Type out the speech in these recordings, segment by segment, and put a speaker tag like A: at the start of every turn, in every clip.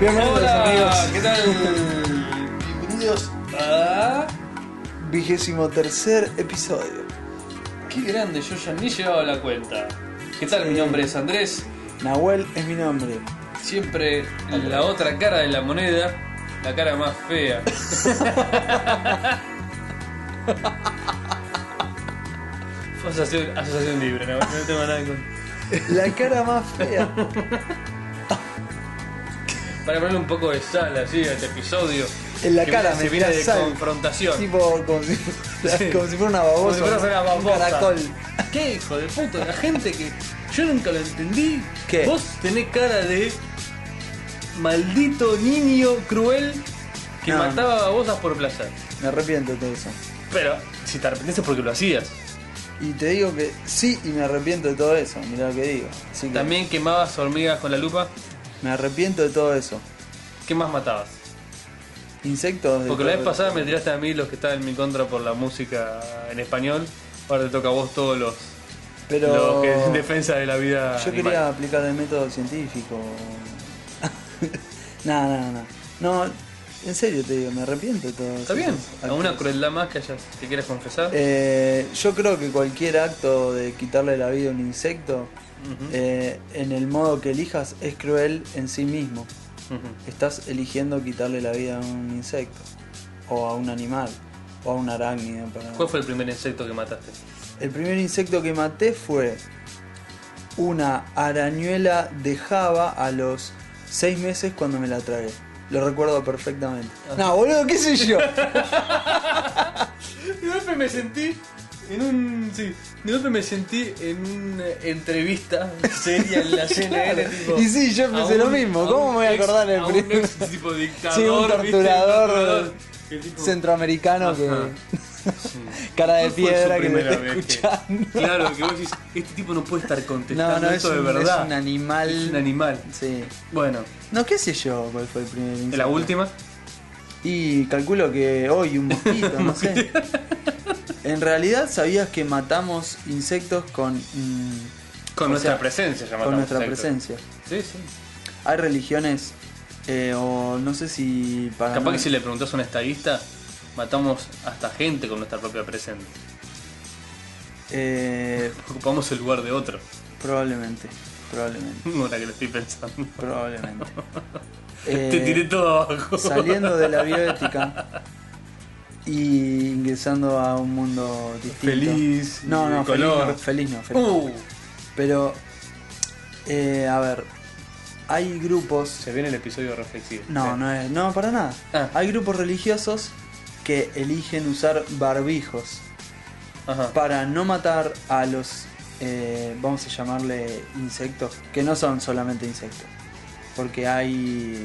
A: Bienvenidos
B: Hola,
A: amigos.
B: ¿qué tal?
A: Bienvenidos
B: Ah,
A: al vigésimo tercer episodio.
B: qué grande, yo ya ni llevaba la cuenta. ¿Qué tal? Mi
A: Sí.
B: nombre es Andrés.
A: Nahuel es mi nombre.
B: Siempre la otra cara de la moneda, la cara más fea. Fue asociación, asociación libre, no, no tengo nada con...
A: La cara más fea.
B: Para ponerle un poco de sal así a este episodio.
A: En la
B: que
A: cara me
B: viene- se viene
A: tira
B: de
A: sal.
B: confrontación.
A: tipo como si,
B: Sí.
A: como si fuera una babosa.
B: Como si fuera una
A: Un
B: babosa.
A: caracol.
B: ¿Qué hijo de puta? La gente que. Yo nunca lo entendí.
A: ¿Qué?
B: Vos tenés cara de. Maldito niño cruel que
A: No,
B: mataba babosas por placer.
A: Me arrepiento de todo eso.
B: Pero si te arrepentiste es porque lo hacías.
A: Y te digo que sí y me arrepiento de todo eso. Mirá lo que digo. Así que
B: También quemabas hormigas con la lupa.
A: me arrepiento de todo eso.
B: ¿Qué más matabas?
A: Insectos. de
B: Porque la
A: todo
B: vez
A: eso.
B: pasada me tiraste a mí los que estaban en mi contra por la música en español. Ahora te toca a vos todos los.
A: Pero
B: los que en defensa de la vida.
A: Yo
B: animal.
A: quería aplicar el método científico. no, no, no. No, en serio te digo, me arrepiento de todo.
B: Está bien. ¿Alguna crueldad más que, hayas, que quieras confesar?
A: Eh, yo creo que cualquier acto de quitarle la vida a un insecto,
B: Ujú.
A: eh, en el modo que elijas, es cruel en sí mismo.
B: Ujú.
A: Estás eligiendo quitarle la vida a un insecto, o a un animal, o a un arácnido. para-
B: ¿Cuál fue el primer insecto que mataste?
A: El primer insecto que maté fue una arañuela de Java a los seis meses cuando me la tragué. Lo recuerdo perfectamente.
B: Ah.
A: No, boludo, qué sé yo.
B: De golpe me sentí en un. Sí, de golpe me sentí en una entrevista seria en la CNN. tipo,
A: Y sí, yo
B: a
A: pensé
B: un-
A: lo mismo. ¿Cómo
B: un
A: me voy a
B: ex-
A: acordar el
B: a
A: primer-
B: un ex tipo dictador?
A: Sí, un
B: ¿viste?
A: torturador.
B: torturador, que tipo-
A: Centroamericano
B: Ajá.
A: que.
B: sí.
A: Cara de
B: ¿Cuál fue su
A: piedra que me
B: primera
A: está
B: vez que-
A: escuchando.
B: Claro, que vos decís, este tipo no puede estar contestando
A: No, no, es
B: esto de
A: un-
B: verdad.
A: es un animal.
B: Es un animal.
A: Sí.
B: Bueno,
A: No, qué sé yo cuál fue el primer insecto.
B: la última.
A: Y calculo que hoy un mosquito, no sé. En realidad, ¿sabías que matamos insectos con, mm,
B: Con
A: O
B: nuestra
A: sea,
B: presencia, llamamos.
A: con nuestra
B: insecto.
A: presencia?
B: Sí, sí.
A: Hay religiones, eh, o no sé si para.
B: Capaz que si le preguntas a un estadista, matamos hasta gente con nuestra propia presencia.
A: Eh,
B: Ocupamos el lugar de otro.
A: probablemente, probablemente,
B: Ahora que lo estoy pensando.
A: probablemente.
B: Te
A: Eh,
B: tiré todo abajo.
A: Saliendo de la bioética y ingresando a un mundo distinto.
B: Feliz,
A: No, no,
B: de
A: feliz
B: color.
A: no, feliz no, feliz no.
B: Uh,
A: Pero, eh, a ver, hay grupos
B: se viene el episodio reflexivo.
A: No, no es, no, para nada.
B: Ah.
A: Hay grupos religiosos que eligen usar barbijos
B: Ajá.
A: para no matar a los, eh, vamos a llamarle insectos, que no son solamente insectos, porque hay,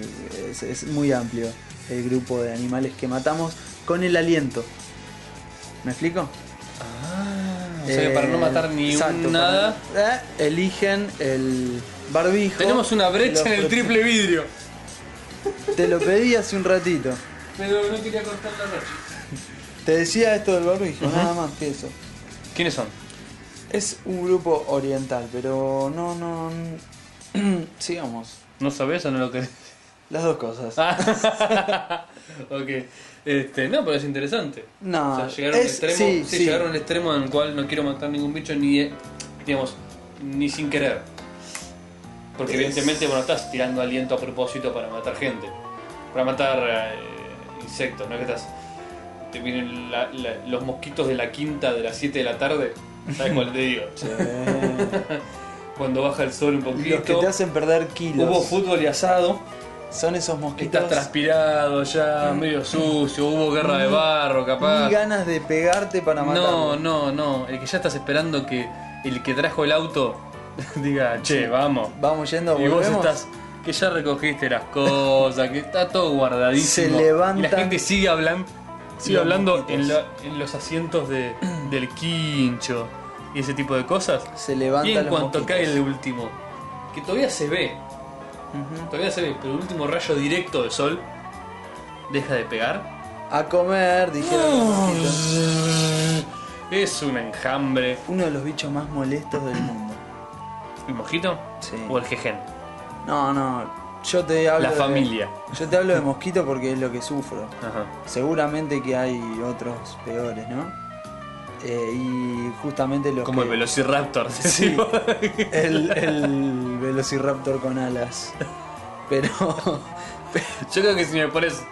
A: es, es muy amplio el grupo de animales que matamos con el aliento. ¿Me explico?
B: Ah, o sea que para
A: Eh,
B: no matar ni
A: exacto,
B: un nada,
A: para- eh, eligen el barbijo.
B: tenemos una brecha
A: Te lo
B: en el
A: pre-
B: triple vidrio.
A: Te lo pedí hace un ratito.
B: Pero no quería cortar la brecha.
A: Te decía esto del barbijo, nada más que eso.
B: ¿Quiénes son?
A: Es un grupo oriental, pero no, no. n- Sigamos.
B: ¿No sabés o no lo querés?
A: Las dos cosas.
B: Ah, ok. Este, no, pero es interesante.
A: No,
B: O sea, llegaron
A: Ah, es-
B: al extremo,
A: sí,
B: sí,
A: sí.
B: llegaron al extremo en el cual no quiero matar ningún bicho ni, eh, digamos, ni sin querer. Porque
A: Es-
B: evidentemente, bueno, estás tirando aliento a propósito para matar gente, para matar eh, insectos, ¿no? Que estás, te vienen la- la- los mosquitos de la quinta de las 7 de la tarde, ¿sabes cuál te digo?
A: Eh,
B: Cuando baja el sol un
A: y
B: poquito,
A: los que te hacen perder kilos.
B: hubo fútbol y asado,
A: Son esos
B: estás
A: mosquitos.
B: transpirado ya, medio sucio, hubo guerra de barro, capaz.
A: Ni ganas de pegarte para matar.
B: No, no, no. El que ya estás esperando que el que trajo el auto diga, che, vamos.
A: Vamos yendo,
B: y vos
A: volvemos.
B: estás, que ya recogiste las cosas, que está todo guardadísimo.
A: Se levantan
B: Y la gente sigue hablando, sigue
A: los
B: hablando
A: mosquitos.
B: en, la- en los asientos de- del quincho y ese tipo de cosas.
A: Se levanta
B: y en
A: los
B: cuanto
A: mosquitos.
B: cae el último, que todavía se ve,
A: Ujú.
B: todavía se ve, pero el último rayo directo de sol deja de pegar.
A: A comer, dijeron los mosquitos.
B: Es un enjambre.
A: Uno de los bichos más molestos del mundo.
B: ¿El mojito?
A: Sí.
B: ¿O el jejen?
A: No, no. Yo te hablo
B: La
A: de-
B: familia.
A: Yo te hablo de mosquito porque es lo que sufro.
B: Ajá.
A: Seguramente que hay otros peores, ¿no? Eh, y justamente los
B: Como
A: que-
B: el Velociraptor.
A: Sí. el, el velociraptor con alas. Pero
B: Yo creo que si me pones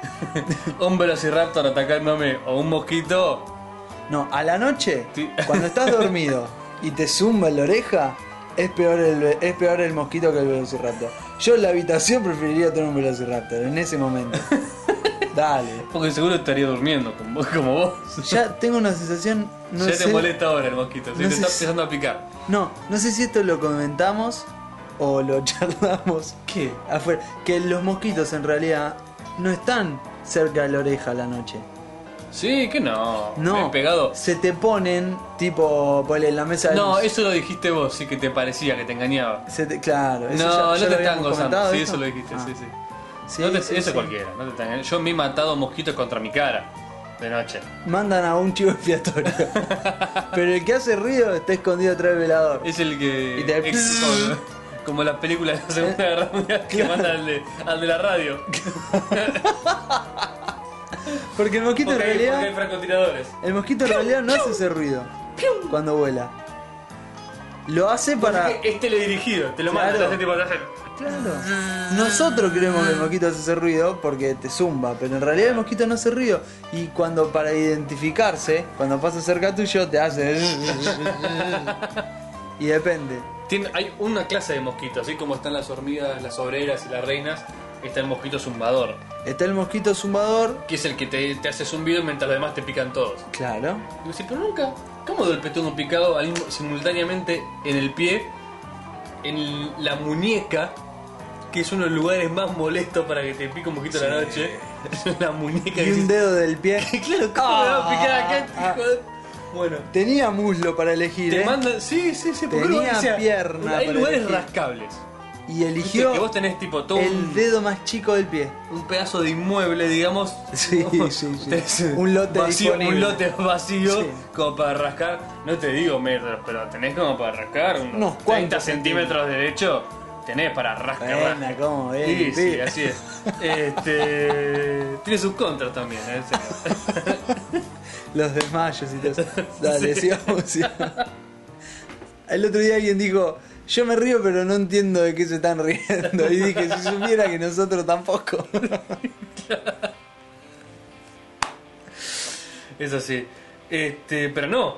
B: un Velociraptor atacándome o un mosquito,
A: no, a la noche,
B: Sí.
A: cuando estás dormido y te zumba en la oreja, es peor el ve- es peor el mosquito que el velociraptor. Yo en la habitación preferiría tener un velociraptor en ese momento. Dale.
B: porque seguro estaría durmiendo con vos- como vos.
A: Ya tengo una sensación no
B: ya
A: sé,
B: te molesta ahora el mosquito, si
A: no
B: te
A: sé
B: está
A: si-
B: empezando a picar.
A: No, no sé si esto lo comentamos o lo charlamos.
B: ¿Qué?
A: afuera. Que los mosquitos en realidad no están cerca de la oreja a la noche.
B: Sí, que no.
A: No.
B: Me he pegado.
A: Se te ponen, tipo, ponele en la mesa de
B: No,
A: luz.
B: eso lo dijiste vos, sí que te parecía que te engañaba.
A: Se te- claro, eso ya-
B: no,
A: ya
B: no
A: lo
B: te están
A: habíamos
B: gozando.
A: comentado,
B: Sí,
A: ¿esto?
B: eso lo dijiste,
A: Ah,
B: sí, sí.
A: sí,
B: No te-
A: sí,
B: eso
A: sí.
B: cualquiera, no te están engañando. Yo me he matado mosquitos contra mi cara de noche.
A: Mandan a un chivo expiatorio. Pero el que hace ruido está escondido atrás del velador.
B: Es el que.
A: Y te-
B: ex- como, como las películas de la Segunda Guerra Mundial que mandan al de, al de la radio.
A: Porque el mosquito
B: Porque
A: en
B: hay,
A: realidad.
B: porque hay francotiradores.
A: El mosquito en realidad no hace ese ruido cuando vuela. Lo hace para.
B: Porque Este lo dirigido, te lo
A: Claro.
B: mandan, te hace tipo, te hace-
A: Claro.
B: Ah.
A: Nosotros creemos que el mosquito hace ese ruido porque te zumba, pero en realidad el mosquito no hace ruido. Y cuando para identificarse, cuando pasa cerca tuyo, te hace. Y depende.
B: Tiene- hay una clase de mosquitos, así como están las hormigas, las obreras y las reinas, está el mosquito zumbador,
A: Está el mosquito zumbador,
B: que es el que te, te hace zumbido mientras los demás te pican todos.
A: claro.
B: Y vos decís, pero nunca, ¿cómo de repente tengo picado al mismo- simultáneamente en el pie, en la muñeca, que es uno de los lugares más molestos para que te pique un poquito la noche? la muñeca
A: Y
B: que
A: un
B: decís,
A: dedo del pie.
B: Claro, ¿cómo me va a picar acá? este
A: Ah.
B: hijo de-?" Bueno,
A: Tenía muslo para elegir,
B: te
A: ¿eh?
B: mandan. Sí, sí, sí, porque
A: Tenía pierna
B: Hay
A: para
B: lugares
A: elegir.
B: rascables.
A: Y
B: Viste
A: eligió
B: que vos tenés tipo todo
A: el
B: un,
A: dedo más chico del pie.
B: un pedazo de inmueble, digamos.
A: Sí, sí, sí.
B: Tenés
A: Un lote
B: vacío,
A: disponible.
B: un lote vacío
A: Sí.
B: como para rascar. No te digo metros, pero tenés como para rascar unos,
A: Unos
B: 30
A: cuantos
B: centímetros de derecho. Tenés para rascar.
A: Buena,
B: rascar.
A: cómo bien,
B: Sí, sí,
A: pibe.
B: así es. Este, tiene sus contras también, ¿eh?
A: Los desmayos y todo eso. Dale, sigamos, sigamos. El otro día alguien dijo, yo me río pero no entiendo de qué se están riendo. Y dije, si supiera que nosotros tampoco.
B: Eso sí. Este, pero no.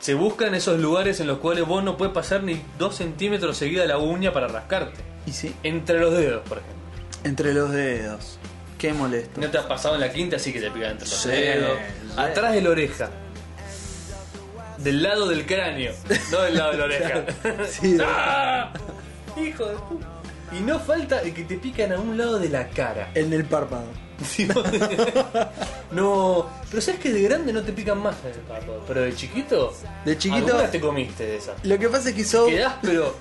B: Se buscan esos lugares en los cuales vos no puedes pasar ni 2 centímetros seguida la uña para rascarte.
A: Y sí,
B: Entre los dedos, por ejemplo.
A: entre los dedos. Qué molesto.
B: No te has pasado en la quinta, así que te pican entre los
A: Sí,
B: dedos.
A: sí.
B: Atrás de la oreja. Del lado del cráneo. No del lado de la oreja.
A: Sí,
B: ¡Ah! Hijo de puta. Y no falta el que te pican a un lado de la cara.
A: en el párpado.
B: Sí, vos- no, pero sabes que de grande no te pican más en el párpado, pero de chiquito.
A: De chiquito-
B: algunas te comiste de esa.
A: Lo que pasa es que sos...
B: Quedás, pero.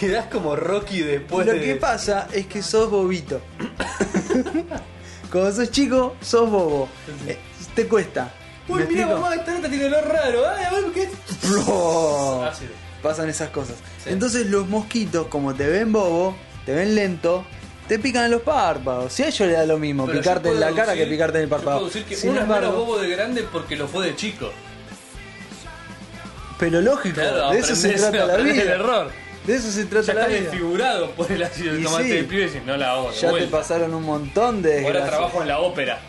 B: Quedás como Rocky después
A: Lo
B: Pues de.
A: que pasa es que sos bobito. Cuando sos chico, sos bobo. Eh, te cuesta.
B: Uy,
A: ¿Me
B: mira,
A: explico?
B: mamá, esta nota tiene olor raro. Ay, a ver qué. es?
A: Pro.
B: Ácido.
A: Pasan esas cosas.
B: Sí.
A: Entonces los mosquitos, como te ven bobo, te ven lento, te pican en los párpados. Si a ellos les da lo mismo
B: Pero yo
A: picarte en
B: puedo
A: la cara
B: deducir-
A: que picarte en el
B: yo
A: párpado.
B: Puedo decir que
A: Sin
B: uno es menos
A: embargo-
B: bobo de grande porque lo fue de chico.
A: Pero lógico,
B: Claro,
A: de eso se
B: aprendés-
A: trata la
B: aprendés
A: vida.
B: el error.
A: De eso se
B: Ya
A: trata la
B: estás
A: vida.
B: desfigurado pues, por el ácido
A: Y
B: que tomaste
A: sí.
B: de pibe y decís, no la hago. de
A: Ya te
B: vuelta.
A: pasaron un montón de
B: Ahora
A: desgracias.
B: trabajo en la ópera.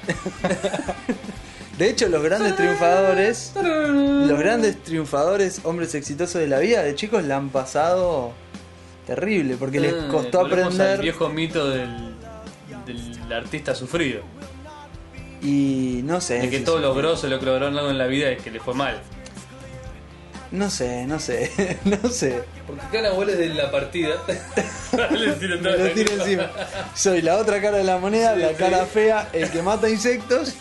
A: De hecho, los
B: Ah.
A: grandes triunfadores, los grandes triunfadores, hombres exitosos de la vida, de chicos la han pasado terrible, porque les
B: Ah,
A: costó
B: volvemos
A: aprender.
B: al viejo mito del, del artista sufrido.
A: Y no sé.
B: De que
A: si
B: todo lo grosso lo que lograron algo en la vida es que le fue mal.
A: No sé, no sé, no sé.
B: Porque cada gol es de la partida. le tiran
A: Me
B: toda
A: lo
B: la
A: tiro
B: culpa.
A: encima. Soy la otra cara de la moneda,
B: Sí,
A: la
B: sí.
A: cara fea, el que mata insectos.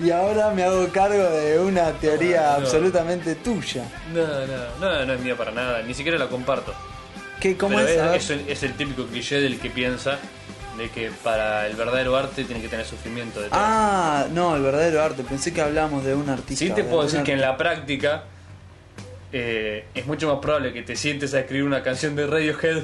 A: Y, y ahora me hago cargo de una teoría
B: Ah, no.
A: absolutamente tuya.
B: No, no, no, no es mía para nada. Ni siquiera la comparto.
A: Que como
B: Pero
A: es,
B: es,
A: A ver,
B: es el, es el típico cliché del que piensa de que para el verdadero arte tiene que tener sufrimiento detrás.
A: Ah, no, el verdadero arte. Pensé que hablábamos de un artista.
B: Sí te
A: de
B: puedo
A: un
B: decir que en
A: arte-
B: la práctica eh, es mucho más probable que te sientes a escribir una canción de Radiohead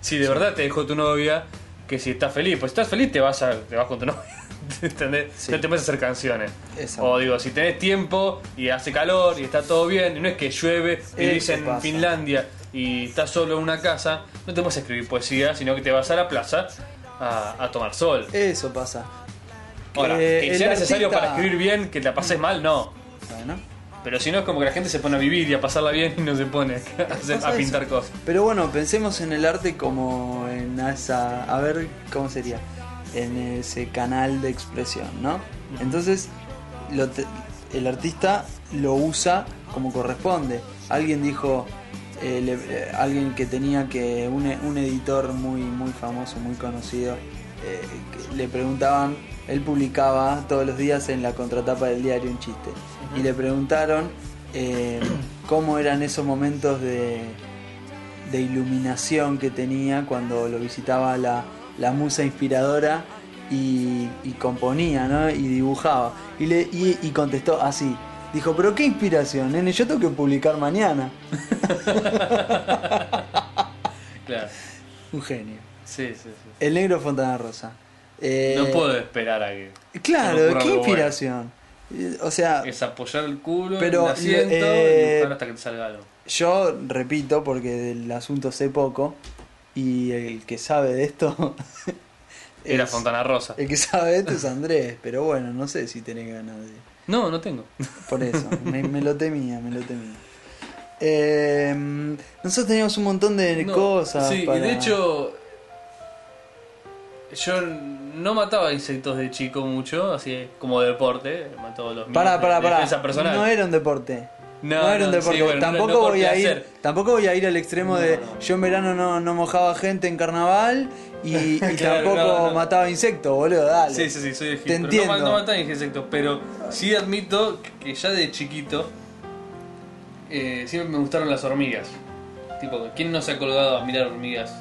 B: si de verdad te dejó tu novia, que si estás feliz, pues si estás feliz te vas, a, te vas con tu novia. ¿Entendés?
A: Sí.
B: No te vas a hacer canciones.
A: Exacto.
B: O digo, si tenés tiempo y hace calor y está todo bien, y no es que llueve y
A: Eso
B: dicen
A: pasa.
B: Finlandia y estás solo en una casa, no te vas a escribir poesía, sino que te vas a la plaza a, a tomar sol.
A: Eso pasa.
B: Ahora,
A: Eh,
B: que
A: el
B: sea necesario
A: artista-
B: para escribir bien, que la pases mal, no.
A: Bueno.
B: Pero si no es como que la gente se pone a vivir y a pasarla bien y no se pone a, hacer-
A: Pasa
B: a pintar
A: eso.
B: cosas.
A: Pero bueno, pensemos en el arte como en esa. A ver, ¿cómo sería? En ese canal de expresión, ¿no? Entonces, lo te- el artista lo usa como corresponde. Alguien dijo. eh, le- eh, alguien que tenía que. Un, e- un editor muy, muy famoso, muy conocido. eh, que le preguntaban. Él publicaba todos los días en la contratapa del diario un chiste. Y le preguntaron eh, cómo eran esos momentos de, de iluminación que tenía cuando lo visitaba la, la musa inspiradora y, y componía, ¿no? Y dibujaba. Y, le, y, y contestó así. Dijo, pero qué inspiración, nene, yo tengo que publicar mañana.
B: Claro.
A: Un genio.
B: Sí, sí, sí.
A: El negro Fontana Rosa. Eh,
B: No puedo esperar a que. no
A: Claro,
B: ocurra
A: qué
B: algo
A: inspiración. Eh, O sea,
B: Es apoyar el culo
A: Pero,
B: en el asiento
A: eh,
B: y dibujar hasta que te salga algo.
A: yo repito, porque del asunto sé poco, y el que sabe de esto...
B: Era
A: es- eh,
B: Fontana Rosa.
A: El que sabe de esto es Andrés, pero bueno, no sé si tenés ganas de...
B: No, no tengo.
A: Por eso, me, me lo temía, me lo temía. Eh, nosotros teníamos un montón de
B: No.
A: cosas.
B: Sí,
A: para-
B: y de hecho. Yo no mataba insectos de chico mucho, así como de deporte. Mataba los míos
A: Pará,
B: de-
A: pará,
B: de
A: pará.
B: defensa personal.
A: No era un deporte. No,
B: No,
A: era un
B: no,
A: deporte.
B: sí, bueno, no- no
A: tampoco,
B: por
A: voy a ir,
B: placer.
A: tampoco voy a ir al extremo de
B: No, no.
A: yo en verano no, no mojaba gente en carnaval y, y
B: Claro,
A: tampoco
B: no, no.
A: mataba insectos, boludo, dale.
B: Sí, sí, sí, soy
A: Te
B: egipcio. Pero
A: entiendo.
B: No, ma- no matan insectos, pero sí admito que ya de chiquito eh, siempre me gustaron las hormigas. Tipo, ¿quién no se ha colgado a mirar hormigas?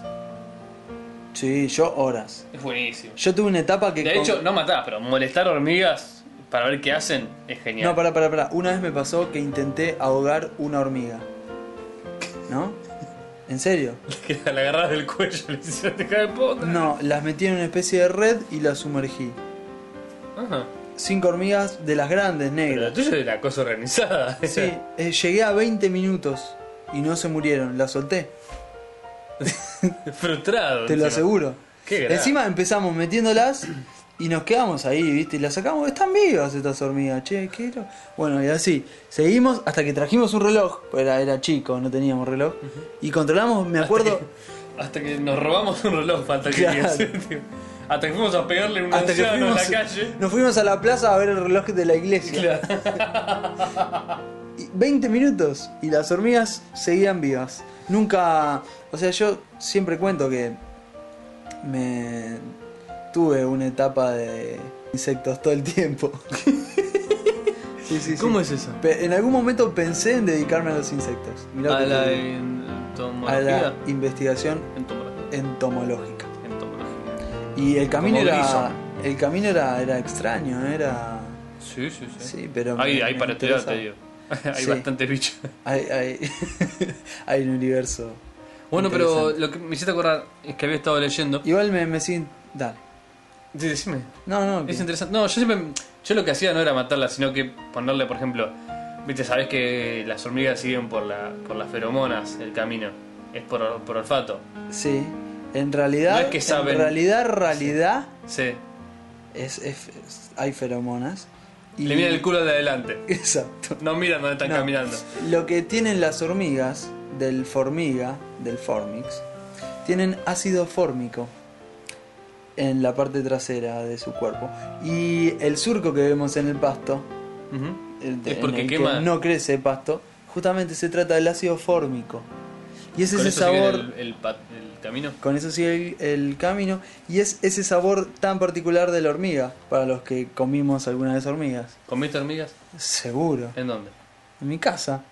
A: Sí, yo horas.
B: Es buenísimo.
A: Yo tuve una etapa que...
B: De
A: con-
B: hecho, no matás, pero molestar hormigas para ver qué hacen es genial.
A: No, pará, pará, pará. Una vez me pasó que intenté ahogar una hormiga. ¿No? ¿En serio?
B: que la agarrás del cuello y le hicieron dejar de puta.
A: No, las metí en una especie de red y las sumergí.
B: Ajá.
A: Cinco hormigas de las grandes,
B: Pero lo
A: negras.
B: tuyo es la cosa organizada.
A: Sí, eh, llegué a 20 minutos y no se murieron, las solté,
B: Frustrado.
A: te lo
B: encima.
A: aseguro.
B: Qué grave.
A: Encima empezamos metiéndolas y nos quedamos ahí, ¿viste? Y las sacamos, están vivas estas hormigas, che, qué lo- Bueno, y así, seguimos hasta que trajimos un reloj, pues era, era chico, no teníamos reloj, y controlamos, me acuerdo,
B: Hasta que nos robamos un reloj, falta que
A: Claro.
B: digas. este, Hasta que fuimos a pegarle a un
A: hasta que
B: anciano
A: fuimos,
B: en la calle.
A: nos fuimos a la plaza a ver el reloj de la iglesia.
B: Claro.
A: Y 20 minutos y las hormigas seguían vivas. Nunca. O sea, yo siempre cuento que me tuve una etapa de insectos todo el tiempo. sí, sí, sí.
B: ¿Cómo es eso?
A: Pe- En algún momento pensé en dedicarme a los insectos. Mirá
B: A
A: que
B: la
A: te digo. a la
B: entomología.
A: investigación
B: Entomología.
A: entomológica.
B: Entomología.
A: Y el camino
B: Como
A: era. El camino era, era extraño, era.
B: Sí, sí, sí.
A: Sí, pero. me-
B: hay hay
A: me
B: para estudiar,
A: interesaba.
B: te digo. hay
A: Sí.
B: bastantes bichos.
A: Hay, hay, hay un universo.
B: Bueno, pero
A: interesante.
B: lo que me hiciste acordar es que había estado leyendo.
A: Igual me, me siguen. Dale.
B: Sí, decime.
A: No, no. que-
B: Es interesante. No, yo siempre. Yo lo que hacía no era matarla, sino que ponerle, por ejemplo. Viste, sabes que las hormigas siguen por, la, por las feromonas el camino. Es por, por olfato.
A: Sí. En realidad.
B: No es que saben.
A: En realidad, realidad.
B: Sí.
A: Es, es- es- hay feromonas. Y...
B: Le miran el culo de adelante.
A: Exacto.
B: No miran dónde están
A: No.
B: caminando.
A: Lo que tienen las hormigas del formiga, del formix, tienen ácido fórmico en la parte trasera de su cuerpo. Y el surco que vemos en el pasto,
B: Ujú.
A: en-
B: Es
A: en
B: porque
A: el que
B: quema.
A: no crece pasto, justamente se trata del ácido fórmico. Y es
B: Con
A: ese
B: eso siguen
A: sabor.
B: El, el pa- el camino.
A: Con eso sigue el, el camino y es ese sabor tan particular de la hormiga, para los que comimos alguna vez hormigas.
B: ¿Comiste hormigas?
A: Seguro.
B: ¿En dónde?
A: En mi casa.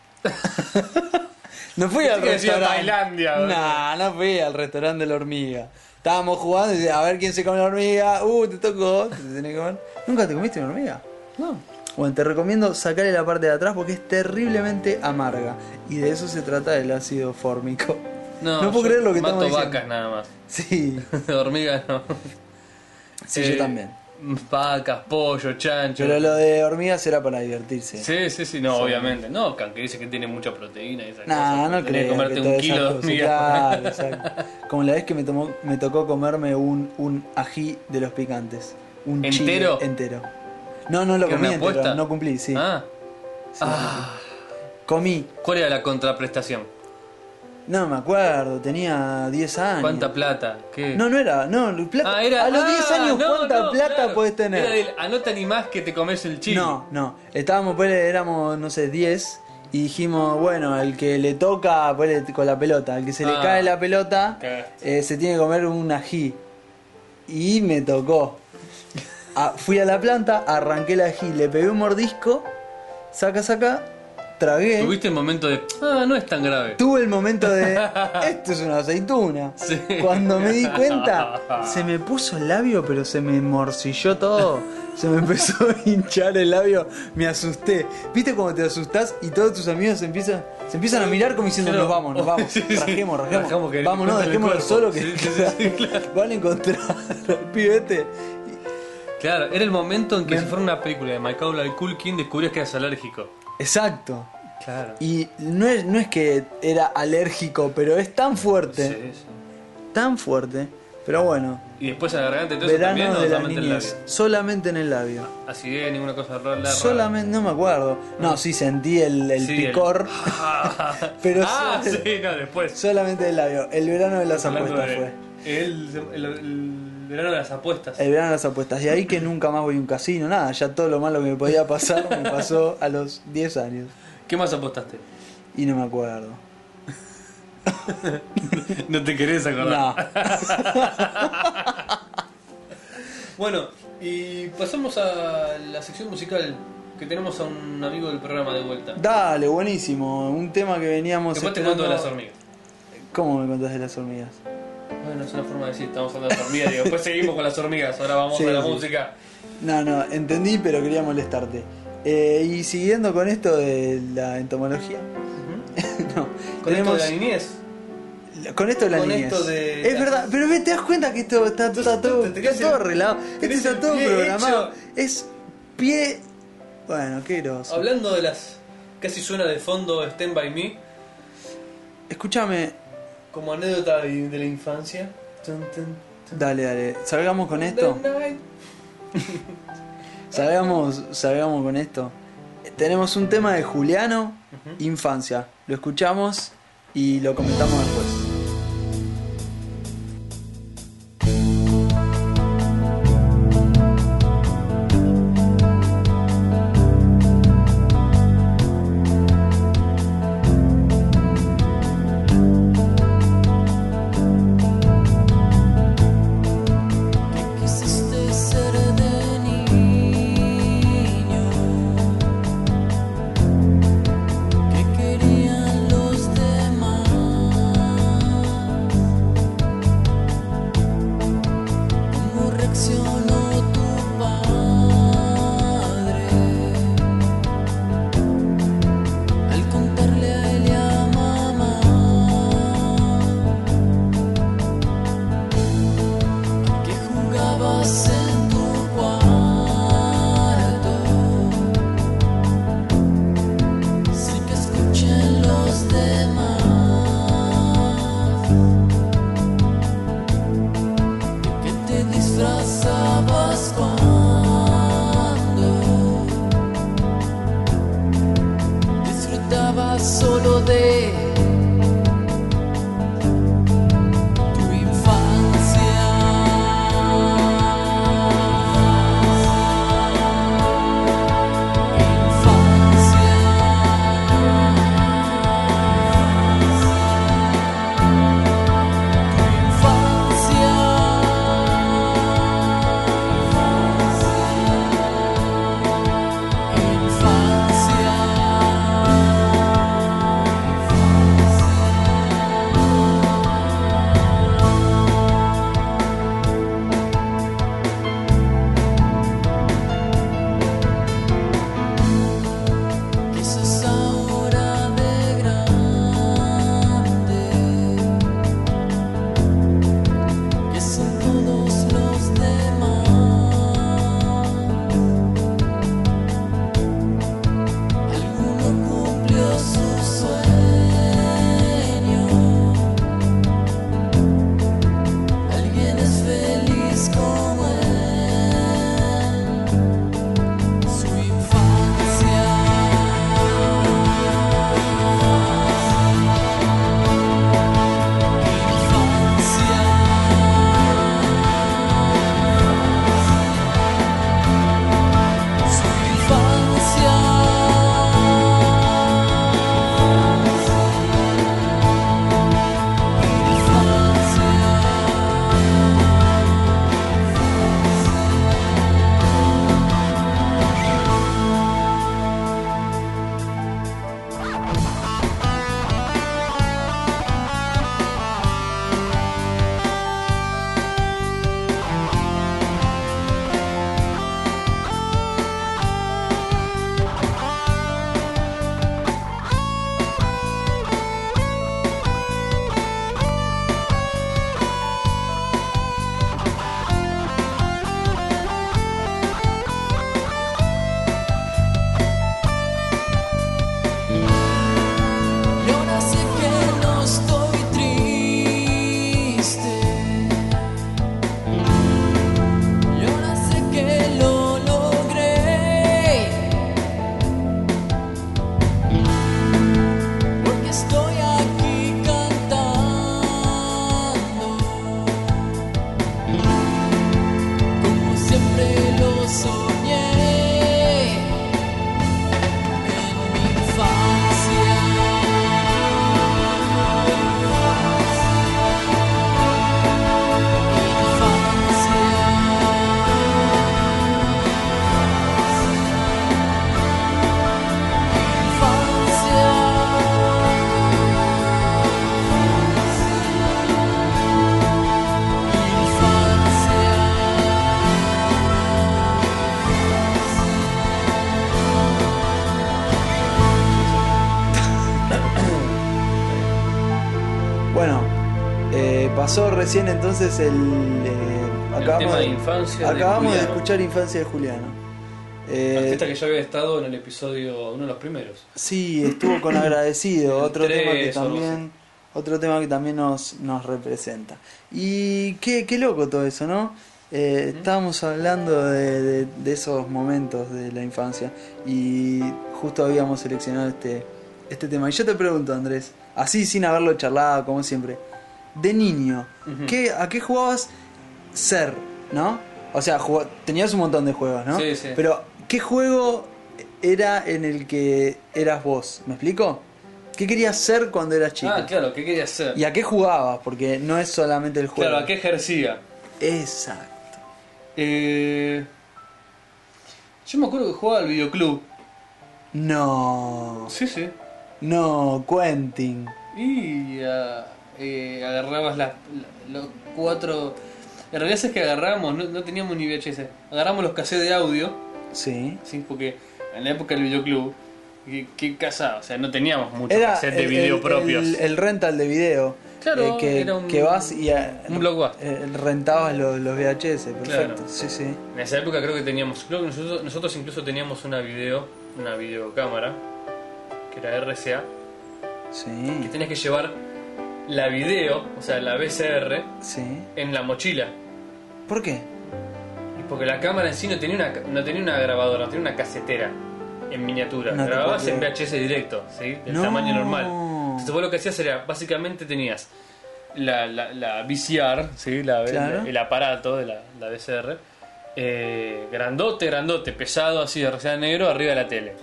A: no fui
B: Pensé
A: al
B: que decía
A: restaurante.
B: Tailandia,
A: No,
B: boludo.
A: no fui al restaurante de la hormiga. Estábamos jugando y decía, a ver quién se come la hormiga. Uh, te tocó, te tenés que comer. ¿Nunca te comiste una hormiga?
B: No.
A: Bueno, te recomiendo sacarle la parte de atrás porque es terriblemente amarga. Y de eso se trata el ácido fórmico. No puedo
B: yo
A: creer lo que
B: mato
A: estamos
B: vacas nada más.
A: Sí,
B: Hormigas no.
A: sí,
B: Eh,
A: yo también.
B: Vacas, pollo, chancho.
A: Pero lo de hormigas era para divertirse.
B: Sí, sí, sí, no, obviamente. No, que aunque dice que tiene mucha proteína y esas
A: Nah,
B: cosas,
A: no
B: tenés
A: creo.
B: que
A: que
B: comerte un
A: todas esas
B: kilo de
A: cosas-
B: hormigas.
A: Claro, exacto. Como la vez que me, tomó, me tocó comerme un, un ají de los picantes. Un chile
B: ¿Entero?
A: entero. No, no lo
B: ¿Que era
A: comí
B: una
A: entero,
B: apuesta?
A: no cumplí, sí.
B: Ah,
A: Sí, sí, sí. Comí,
B: ¿cuál era la contraprestación?
A: no me acuerdo, tenía 10 años.
B: ¿Cuánta plata? ¿Qué?
A: No, no era, no, plata-
B: Ah, era,
A: a los
B: ah,
A: 10 años
B: no,
A: cuánta
B: no,
A: plata
B: claro.
A: podés tener.
B: Era del, anota ni más que te comes el chile.
A: No, no. Estábamos, pues, éramos, no sé, 10 y dijimos, bueno, el que le toca ponele, con la pelota, el que se le
B: Ah.
A: cae la pelota,
B: Cagaste.
A: eh, se tiene que comer un ají. Y me tocó. Ah, fui a la planta, arranqué el ají, le pegué un mordisco, saca, saca, tragué.
B: Tuviste el momento de. Ah, no es tan grave.
A: Tuve el momento de. Esto es una aceituna.
B: Sí.
A: Cuando me di cuenta, se me puso el labio, pero se me morcilló todo. Se me empezó a hinchar el labio. Me asusté. ¿Viste cuando te asustás y todos tus amigos se empiezan, se empiezan a mirar como diciendo:
B: Claro.
A: Nos vamos, nos vamos.
B: Sí, sí.
A: Rajemos, rajemos.
B: Rajamos que
A: vamos, no,
B: encuentren el
A: dejémoslo solo
B: cuerpo.
A: que
B: Sí, sí, sí, claro.
A: van a encontrar al este. pibete.
B: Claro, era el momento en que si fuera una película de Michael Culkin descubrías que eras alérgico.
A: Exacto.
B: Claro.
A: Y no es, no es que era alérgico, pero es tan fuerte,
B: Sí, sí.
A: tan fuerte. Pero bueno,
B: Y después a la garganta, entonces también
A: Verano
B: no
A: de las
B: solamente el
A: niñez,
B: labio.
A: solamente en el labio.
B: Así es, ninguna cosa rara. rara. Mm.
A: Solamente, no me acuerdo. No, sí sentí el, el
B: Sí, el-
A: picor, pero
B: ah,
A: sol-
B: sí, no, después.
A: solamente el labio. El verano de las
B: Hablando
A: apuestas
B: de-
A: fue.
B: El, el- el verano de las apuestas.
A: El verano de las apuestas. Y ahí que nunca más voy a un casino, nada. Ya todo lo malo que me podía pasar me pasó a los 10 años.
B: ¿Qué más apostaste?
A: Y no me acuerdo.
B: No te querés
A: No.
B: Bueno, y pasamos a la sección musical que tenemos a un amigo del programa de vuelta.
A: Dale, buenísimo. Un tema que veníamos.
B: Después te
A: esperando.
B: cuento de las hormigas.
A: ¿Cómo me contás de las hormigas?
B: Bueno, es una forma de decir, estamos hablando de las hormigas. Digo, después seguimos con las hormigas, ahora vamos
A: Sí,
B: a la
A: sí.
B: música.
A: No, no, entendí, pero quería molestarte. Eh, y siguiendo con esto de la entomología. no,
B: Con esto
A: tenemos-
B: de la niñez.
A: con esto de la
B: con
A: niñez.
B: esto de
A: Es
B: la-
A: verdad, pero ve, te das cuenta que esto está, está
B: Entonces,
A: todo,
B: te- tenés
A: está todo
B: el-
A: arreglado. Este
B: tenés
A: está
B: el
A: todo
B: pie
A: programado.
B: hecho.
A: Es pie. Bueno, qué groso.
B: Hablando de las. casi suena de fondo Stand By Me,
A: Escúchame,
B: como anécdota de, de la infancia. Tun, tun, tun.
A: dale, dale. Salgamos con esto. Salgamos, salgamos con esto. Tenemos un tema de Juliano,
B: Ujú.
A: infancia. Lo escuchamos y lo comentamos después.
C: Quisiste ser de niño que querían los demás. ¿Cómo reaccionó tu padre al contarle a él y a mamá? que jugabas en tu cuarto. Sé que escuchen los demás. De que te disfrazabas cuando disfrutabas solo de tu infancia. Infancia. Infancia. Infancia.
A: eh, pasó recién entonces el. eh,
B: el tema
A: acabamos
B: de
A: de,
B: infancia.
A: acabamos de
B: Juliano.
A: escuchar Infancia de Juliano. Eh,
B: Artista que ya había estado en el episodio, uno de los primeros.
A: Sí, estuvo con agradecido,
B: El
A: otro tema que
B: tres o algo
A: también, otro tema que también nos, nos representa. Y qué, qué loco todo eso, ¿no? Eh, estábamos hablando de, de- de esos momentos de la infancia y justo habíamos seleccionado este, este tema. Y yo te pregunto, Andrés, así sin haberlo charlado, como siempre, de niño,
B: Ujú.
A: ¿qué, ¿a qué jugabas ser, no? O sea, jugó- tenías un montón de juegos, ¿no?
B: Sí, sí.
A: Pero, ¿qué juego era en el que eras vos? ¿Me explico? ¿Qué querías ser cuando eras chico?
B: Ah, claro, ¿qué quería hacer?
A: ¿Y a qué jugabas? Porque no es solamente el juego.
B: Claro, ¿a qué ejercía?
A: Exacto.
B: Eh, yo me acuerdo que jugaba al videoclub.
A: No.
B: Sí, sí.
A: No, Quentin.
B: Y ah, eh, agarrabas las, la- los cuatro... En realidad es que agarramos, no, no teníamos ni VHS. Agarramos los cassettes de audio,
A: Sí.
B: ¿sí? porque en la época del videoclub, ¿qué, qué casa? O sea, no teníamos muchos
A: Era
B: cassettes de
A: el-
B: video
A: el,
B: propios.
A: El, el rental de video.
B: Claro,
A: eh, que,
B: era un-
A: que vas y eh,
B: un blockbuster.
A: eh, rentabas los, los VHS. Perfecto.
B: Claro.
A: Sí, sí.
B: En esa época creo que teníamos, creo que nosotros, nosotros incluso teníamos una video, una videocámara, que era RCA, que
A: Sí.
B: tenías que llevar la video, o sea, la VCR,
A: Sí.
B: en la mochila.
A: ¿Por qué?
B: Y porque la cámara en sí no tenía una, ca- no tenía una grabadora, tenía una casetera en miniatura.
A: No te
B: Grababas
A: puedo
B: en
A: creer.
B: VHS directo, ¿sí? Del
A: No.
B: tamaño normal. Entonces vos lo que hacías era, básicamente tenías la, la, la VCR, ¿sí? La-
A: Claro.
B: el, el aparato de la, la VCR, eh, grandote, grandote, pesado, así de rosado negro, arriba de la tele.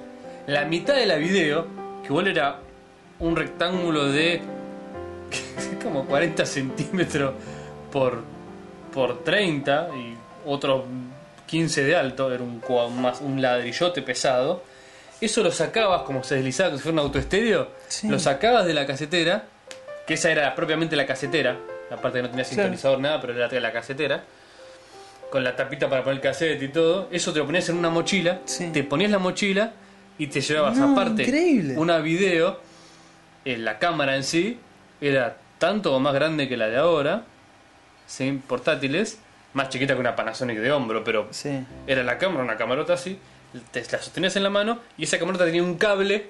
B: La mitad de la video, que igual era un rectángulo de como 40 centímetros por, por 30 y otros 15 de alto, era un, cua- más, un ladrillote pesado. Eso lo sacabas como se deslizaba, como si fuera un autoestéreo,
A: Sí.
B: lo sacabas de la casetera, que esa era propiamente la casetera, aparte que no tenía sintonizador nada, pero era la casetera, con la tapita para poner el cassette y todo, eso te lo ponías en una mochila,
A: Sí.
B: te ponías la mochila y te llevabas
A: No,
B: aparte
A: increíble.
B: una video eh, la cámara en sí era tanto o más grande que la de ahora, sin portátiles, más chiquita que una Panasonic de hombro, pero
A: Sí.
B: era la cámara, una camarota así, te la sostenías en la mano y esa camarota tenía un cable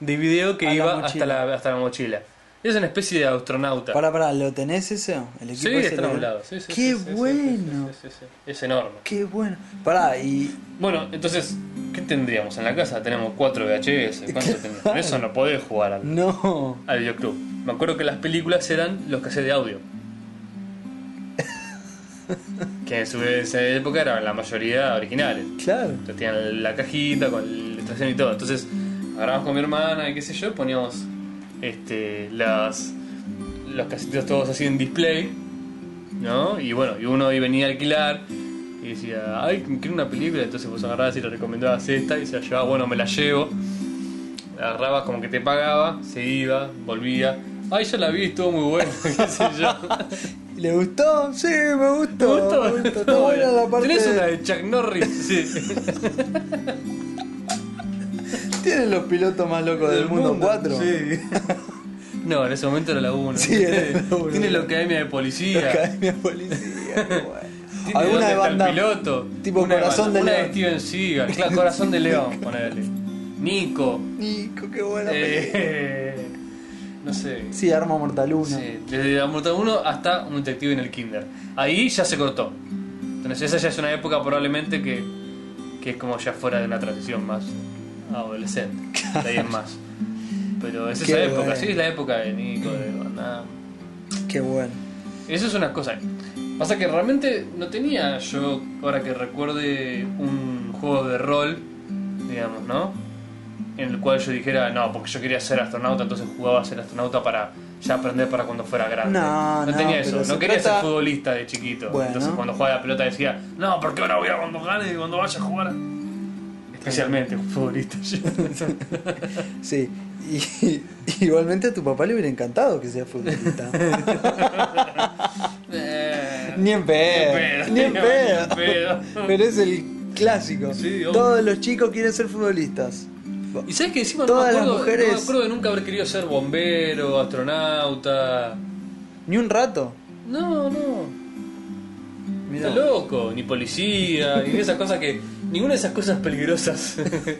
B: de video que
A: A la
B: iba
A: mochila.
B: hasta, la, hasta la mochila. Es una especie de astronauta.
A: Pará, pará, ¿lo tenés eso? El
B: sí,
A: equipo ese
B: está
A: lo
B: a un
A: tenés?
B: lado. Sí, sí,
A: Qué
B: sí, sí, sí,
A: bueno,
B: sí, sí, sí, sí. Es enorme.
A: qué bueno. Pará, y.
B: Bueno, entonces, ¿qué tendríamos en la casa? Tenemos cuatro VHS. ¿Cuánto teníamos? Con eso no podés jugar al,
A: No.
B: al videoclub. Me acuerdo que las películas eran los cassettes de audio. que en su en esa época eran la mayoría originales.
A: Claro.
B: Entonces tenían la cajita con la estación y todo. Entonces agarramos con mi hermana y qué sé yo, poníamos este, las, los casetitos todos así en display. ¿No? Y bueno, y uno ahí venía a alquilar y decía, ay, quiero una película. Entonces vos agarrabas y le recomendabas esta y se la llevaba, bueno, me la llevo. La agarrabas como que te pagaba, se iba, volvía. Ay, ya la vi, estuvo muy buena, qué sé yo.
A: ¿Le gustó? Sí, me
B: ¿Te
A: gustó.
B: gustó?
A: me gustó. Está buena la parte.
B: Tenés una de Chuck Norris, sí.
A: Tienen los pilotos más locos del, mundo, 4.
B: Sí. No, en ese momento era la 1.
A: Sí, era la uno.
B: Tiene la academia de policía.
A: Academia policía, qué bueno.
B: Tiene
A: Alguna
B: dónde
A: de
B: está el
A: banda.
B: piloto.
A: tipo
B: una
A: Corazón de
B: una
A: León.
B: Steven Seagal. Claro, Corazón de León, ponele. Nico.
A: Nico, qué buena película.
B: Eh, no sé.
A: Sí, Arma Mortal 1.
B: Sí, desde la Mortal 1 hasta un detective en el Kinder. Ahí ya se cortó. Entonces esa ya es una época probablemente que, que es como ya fuera de una transición más adolescente. De ahí en más. Pero es esa
A: Qué
B: época,
A: bueno.
B: sí, es la época de Nico, de Van Damme.
A: Qué bueno.
B: Eso es una cosa. Pasa que realmente no tenía yo, ahora que recuerde, un juego de rol, digamos, ¿no? En el cual yo dijera, no, porque yo quería ser astronauta, entonces jugaba a ser astronauta para ya aprender para cuando fuera grande.
A: No, no,
B: tenía
A: pero
B: eso,
A: se
B: Ah, no quería
A: trata-
B: ser futbolista de chiquito.
A: Bueno.
B: Entonces cuando jugaba a la pelota decía, no, porque ahora voy a cuando gane y cuando vaya a jugar. Especialmente futbolista.
A: Sí. Y, igualmente a tu papá le hubiera encantado que sea futbolista.
B: Eh,
A: Ni en pedo. Ni en pedo.
B: Ni en pedo.
A: Pero es el clásico.
B: Sí, obvio.
A: Todos los chicos quieren ser futbolistas.
B: Y sabes que encima
A: Todas
B: no, me
A: las
B: acuerdo,
A: mujeres-
B: no me acuerdo de nunca haber querido ser bombero, astronauta.
A: Ni un rato.
B: No, no.
A: Mirá.
B: Está loco. Ni policía, ni de esas cosas que. Ninguna de esas cosas peligrosas.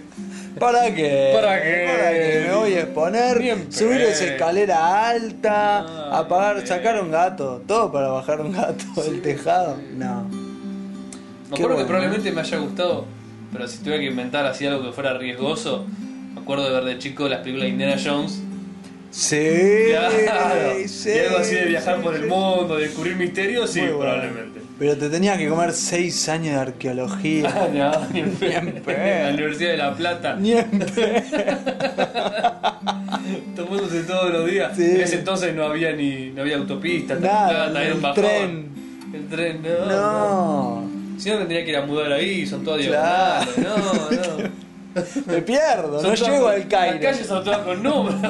A: ¿Para qué?
B: ¿Para qué?
A: ¿Para qué? Me voy a exponer,
B: Bien,
A: subir
B: pe.
A: esa escalera alta,
B: Ah,
A: apagar,
B: bien.
A: sacar un gato, todo para bajar un gato del tejado. No. Qué
B: Me acuerdo que
A: bueno. ¿eh?
B: probablemente me haya gustado, pero si tuviera que inventar así algo que fuera riesgoso, me acuerdo de ver de chico las películas de Indiana Jones.
A: Sí,
B: Claro.
A: sí,
B: y algo así de viajar
A: sí,
B: por el
A: sí.
B: mundo, de descubrir misterios, sí,
A: Muy bueno.
B: probablemente.
A: Pero te tenías que comer 6 años de arqueología.
B: Ah, no, ni en
A: Ni en
B: pedo.
A: pedo.
B: La Universidad de La Plata,
A: pues. Ni en-
B: tomándose todos los días.
A: Sí.
B: En ese entonces no había ni no había autopista,
A: Nada,
B: nada, era un
A: el
B: bajón.
A: tren.
B: El tren, no. no.
A: No,
B: Si no tendría que ir a mudar ahí, son todas
A: Claro.
B: diagonales. No, no.
A: me pierdo, no
B: Son todas
A: llego
B: con-
A: al Cairo.
B: Las calles son todas con números.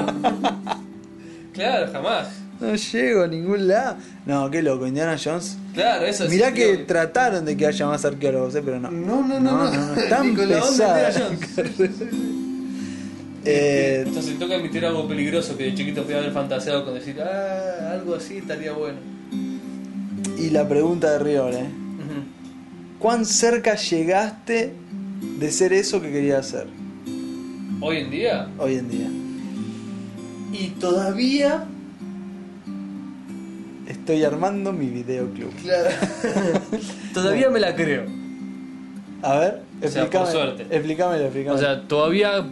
B: claro, jamás.
A: No llego a ningún lado. No, qué loco, Indiana Jones.
B: Claro, eso es-
A: Mirá que
B: digo-
A: trataron de que haya más arqueólogos, eh, pero no.
B: No, no, no, no.
A: no, no, tan
B: Ni con la onda de
A: pesada.
B: Indiana Jones.
A: Eh,
B: Entonces se toca emitir algo peligroso que de chiquito podía haber fantaseado con decir, ah, algo así estaría bueno.
A: y la pregunta de Rior, eh.
B: Ujú.
A: ¿Cuán cerca llegaste de ser eso que querías hacer
B: Hoy en día.
A: hoy en día?
B: Y todavía.
A: Estoy armando mi videoclub.
B: Claro. todavía me la creo.
A: A ver,
B: O sea, por
A: explícame.
B: suerte.
A: Explícamelo, explícamelo.
B: O sea, todavía,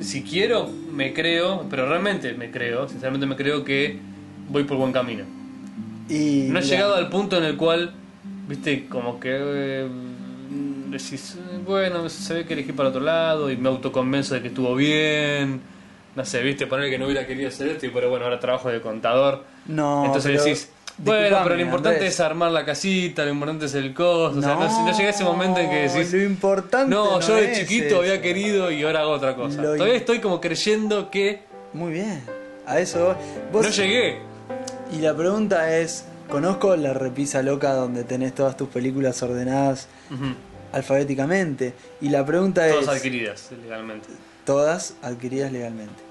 B: si quiero, me creo, pero realmente me creo, sinceramente me creo que voy por buen camino.
A: y
B: No
A: mirá,
B: he llegado al punto en el cual, viste, como que eh, decís, eh, bueno, se ve que elegí para otro lado y me autoconvenzo de que estuvo bien. No sé, viste, poner que no hubiera querido hacer esto, y, pero bueno, ahora trabajo de contador.
A: No,
B: Entonces
A: pero-
B: decís, bueno,
A: disculpame,
B: pero lo importante
A: Andrés.
B: es armar la casita, lo importante es el costo. o sea, no, sé, no llegué a ese momento en que decís,
A: Lo importante.
B: no, yo de
A: es
B: chiquito
A: eso.
B: había querido y ahora hago otra cosa.
A: Lo-
B: Todavía estoy como creyendo que
A: Muy bien. A eso voy. Vos-
B: no llegué.
A: Y la pregunta es: ¿conozco la repisa loca donde tenés todas tus películas ordenadas
B: Ujú.
A: alfabéticamente? Y la pregunta
B: Todas
A: es:
B: adquiridas legalmente.
A: Todas adquiridas legalmente.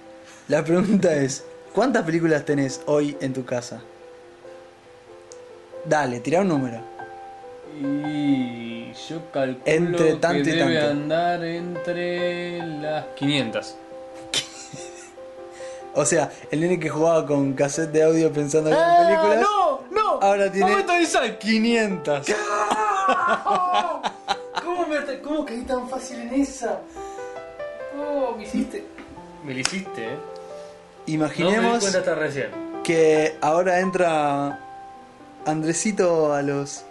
A: La pregunta es: ¿cuántas películas tenés hoy en tu casa? Dale, tira un número.
B: Y yo calculo
A: Entre tanto y
B: que debe
A: tanto.
B: andar entre las 500.
A: O sea, el nene que jugaba con cassette de audio pensando que
B: ¡Ah,
A: eran películas.
B: ¡No! ¡No!
A: Ahora tiene-
B: ¡Momento de sal!
A: 500.
B: ¿Cómo, me atra- ¿Cómo caí tan fácil en esa? ¡Oh, me hiciste! Me lo hiciste, ¿eh? No me di
A: Imaginemos
B: cuenta hasta recién.
A: que ahora entra Andresito a los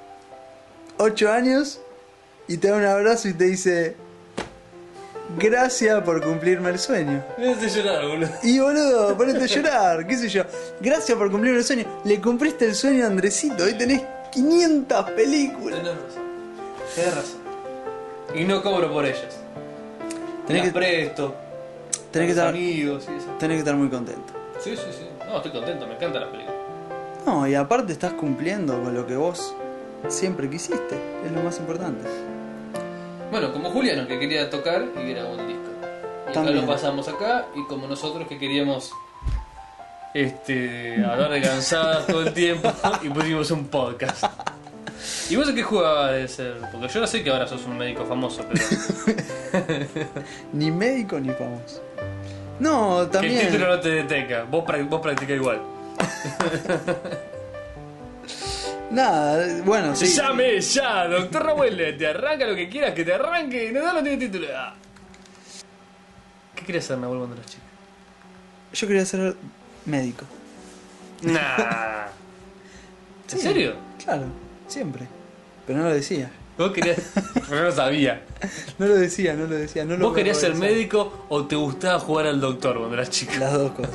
A: 8 años y te da un abrazo y te dice gracias por cumplirme el sueño.
B: Me hace llorar, boludo.
A: Y boludo, ponete a llorar, qué sé yo. Gracias por cumplirme el sueño. Le cumpliste el sueño a Andresito, hoy tenés 500 películas.
B: Tenés razón. Tenés razón. Y no cobro por ellas.
A: Tenés
B: Tenés
A: que-
B: que presto.
A: Tenés que
B: a los
A: estar,
B: amigos y eso.
A: tenés que estar muy contento.
B: Sí, sí, sí. No, estoy contento, me encantan las películas.
A: No, y aparte estás cumpliendo con lo que vos siempre quisiste, es lo más importante.
B: Bueno, como Juliano que quería tocar y grabó un disco. Y acá
A: También.
B: lo pasamos acá y como nosotros que queríamos este hablar de cansadas todo el tiempo y pusimos un podcast. ¿Y vos a qué jugabas de ser? Porque yo no sé que ahora sos un médico famoso, pero
A: Ni médico ni famoso. No,
B: que el
A: también.
B: título no te detenga. Vos, prac- vos practicás igual.
A: Nada, bueno, sí.
B: Llame ya, doctor Raúl, te arranca lo que quieras, que te arranque, no, no, no tiene título. Ah. ¿Qué querías hacer, Nahuel, cuando eras chico?
A: Yo quería ser médico.
B: Nah.
A: Sí,
B: ¿En serio?
A: Claro, siempre. Pero no lo decía.
B: Vos querías. Yo no sabía.
A: No lo decía, no lo decía. No lo
B: ¿Vos querías ser
A: verbalizaba.
B: médico o te gustaba jugar al doctor cuando eras chica?
A: Las dos cosas.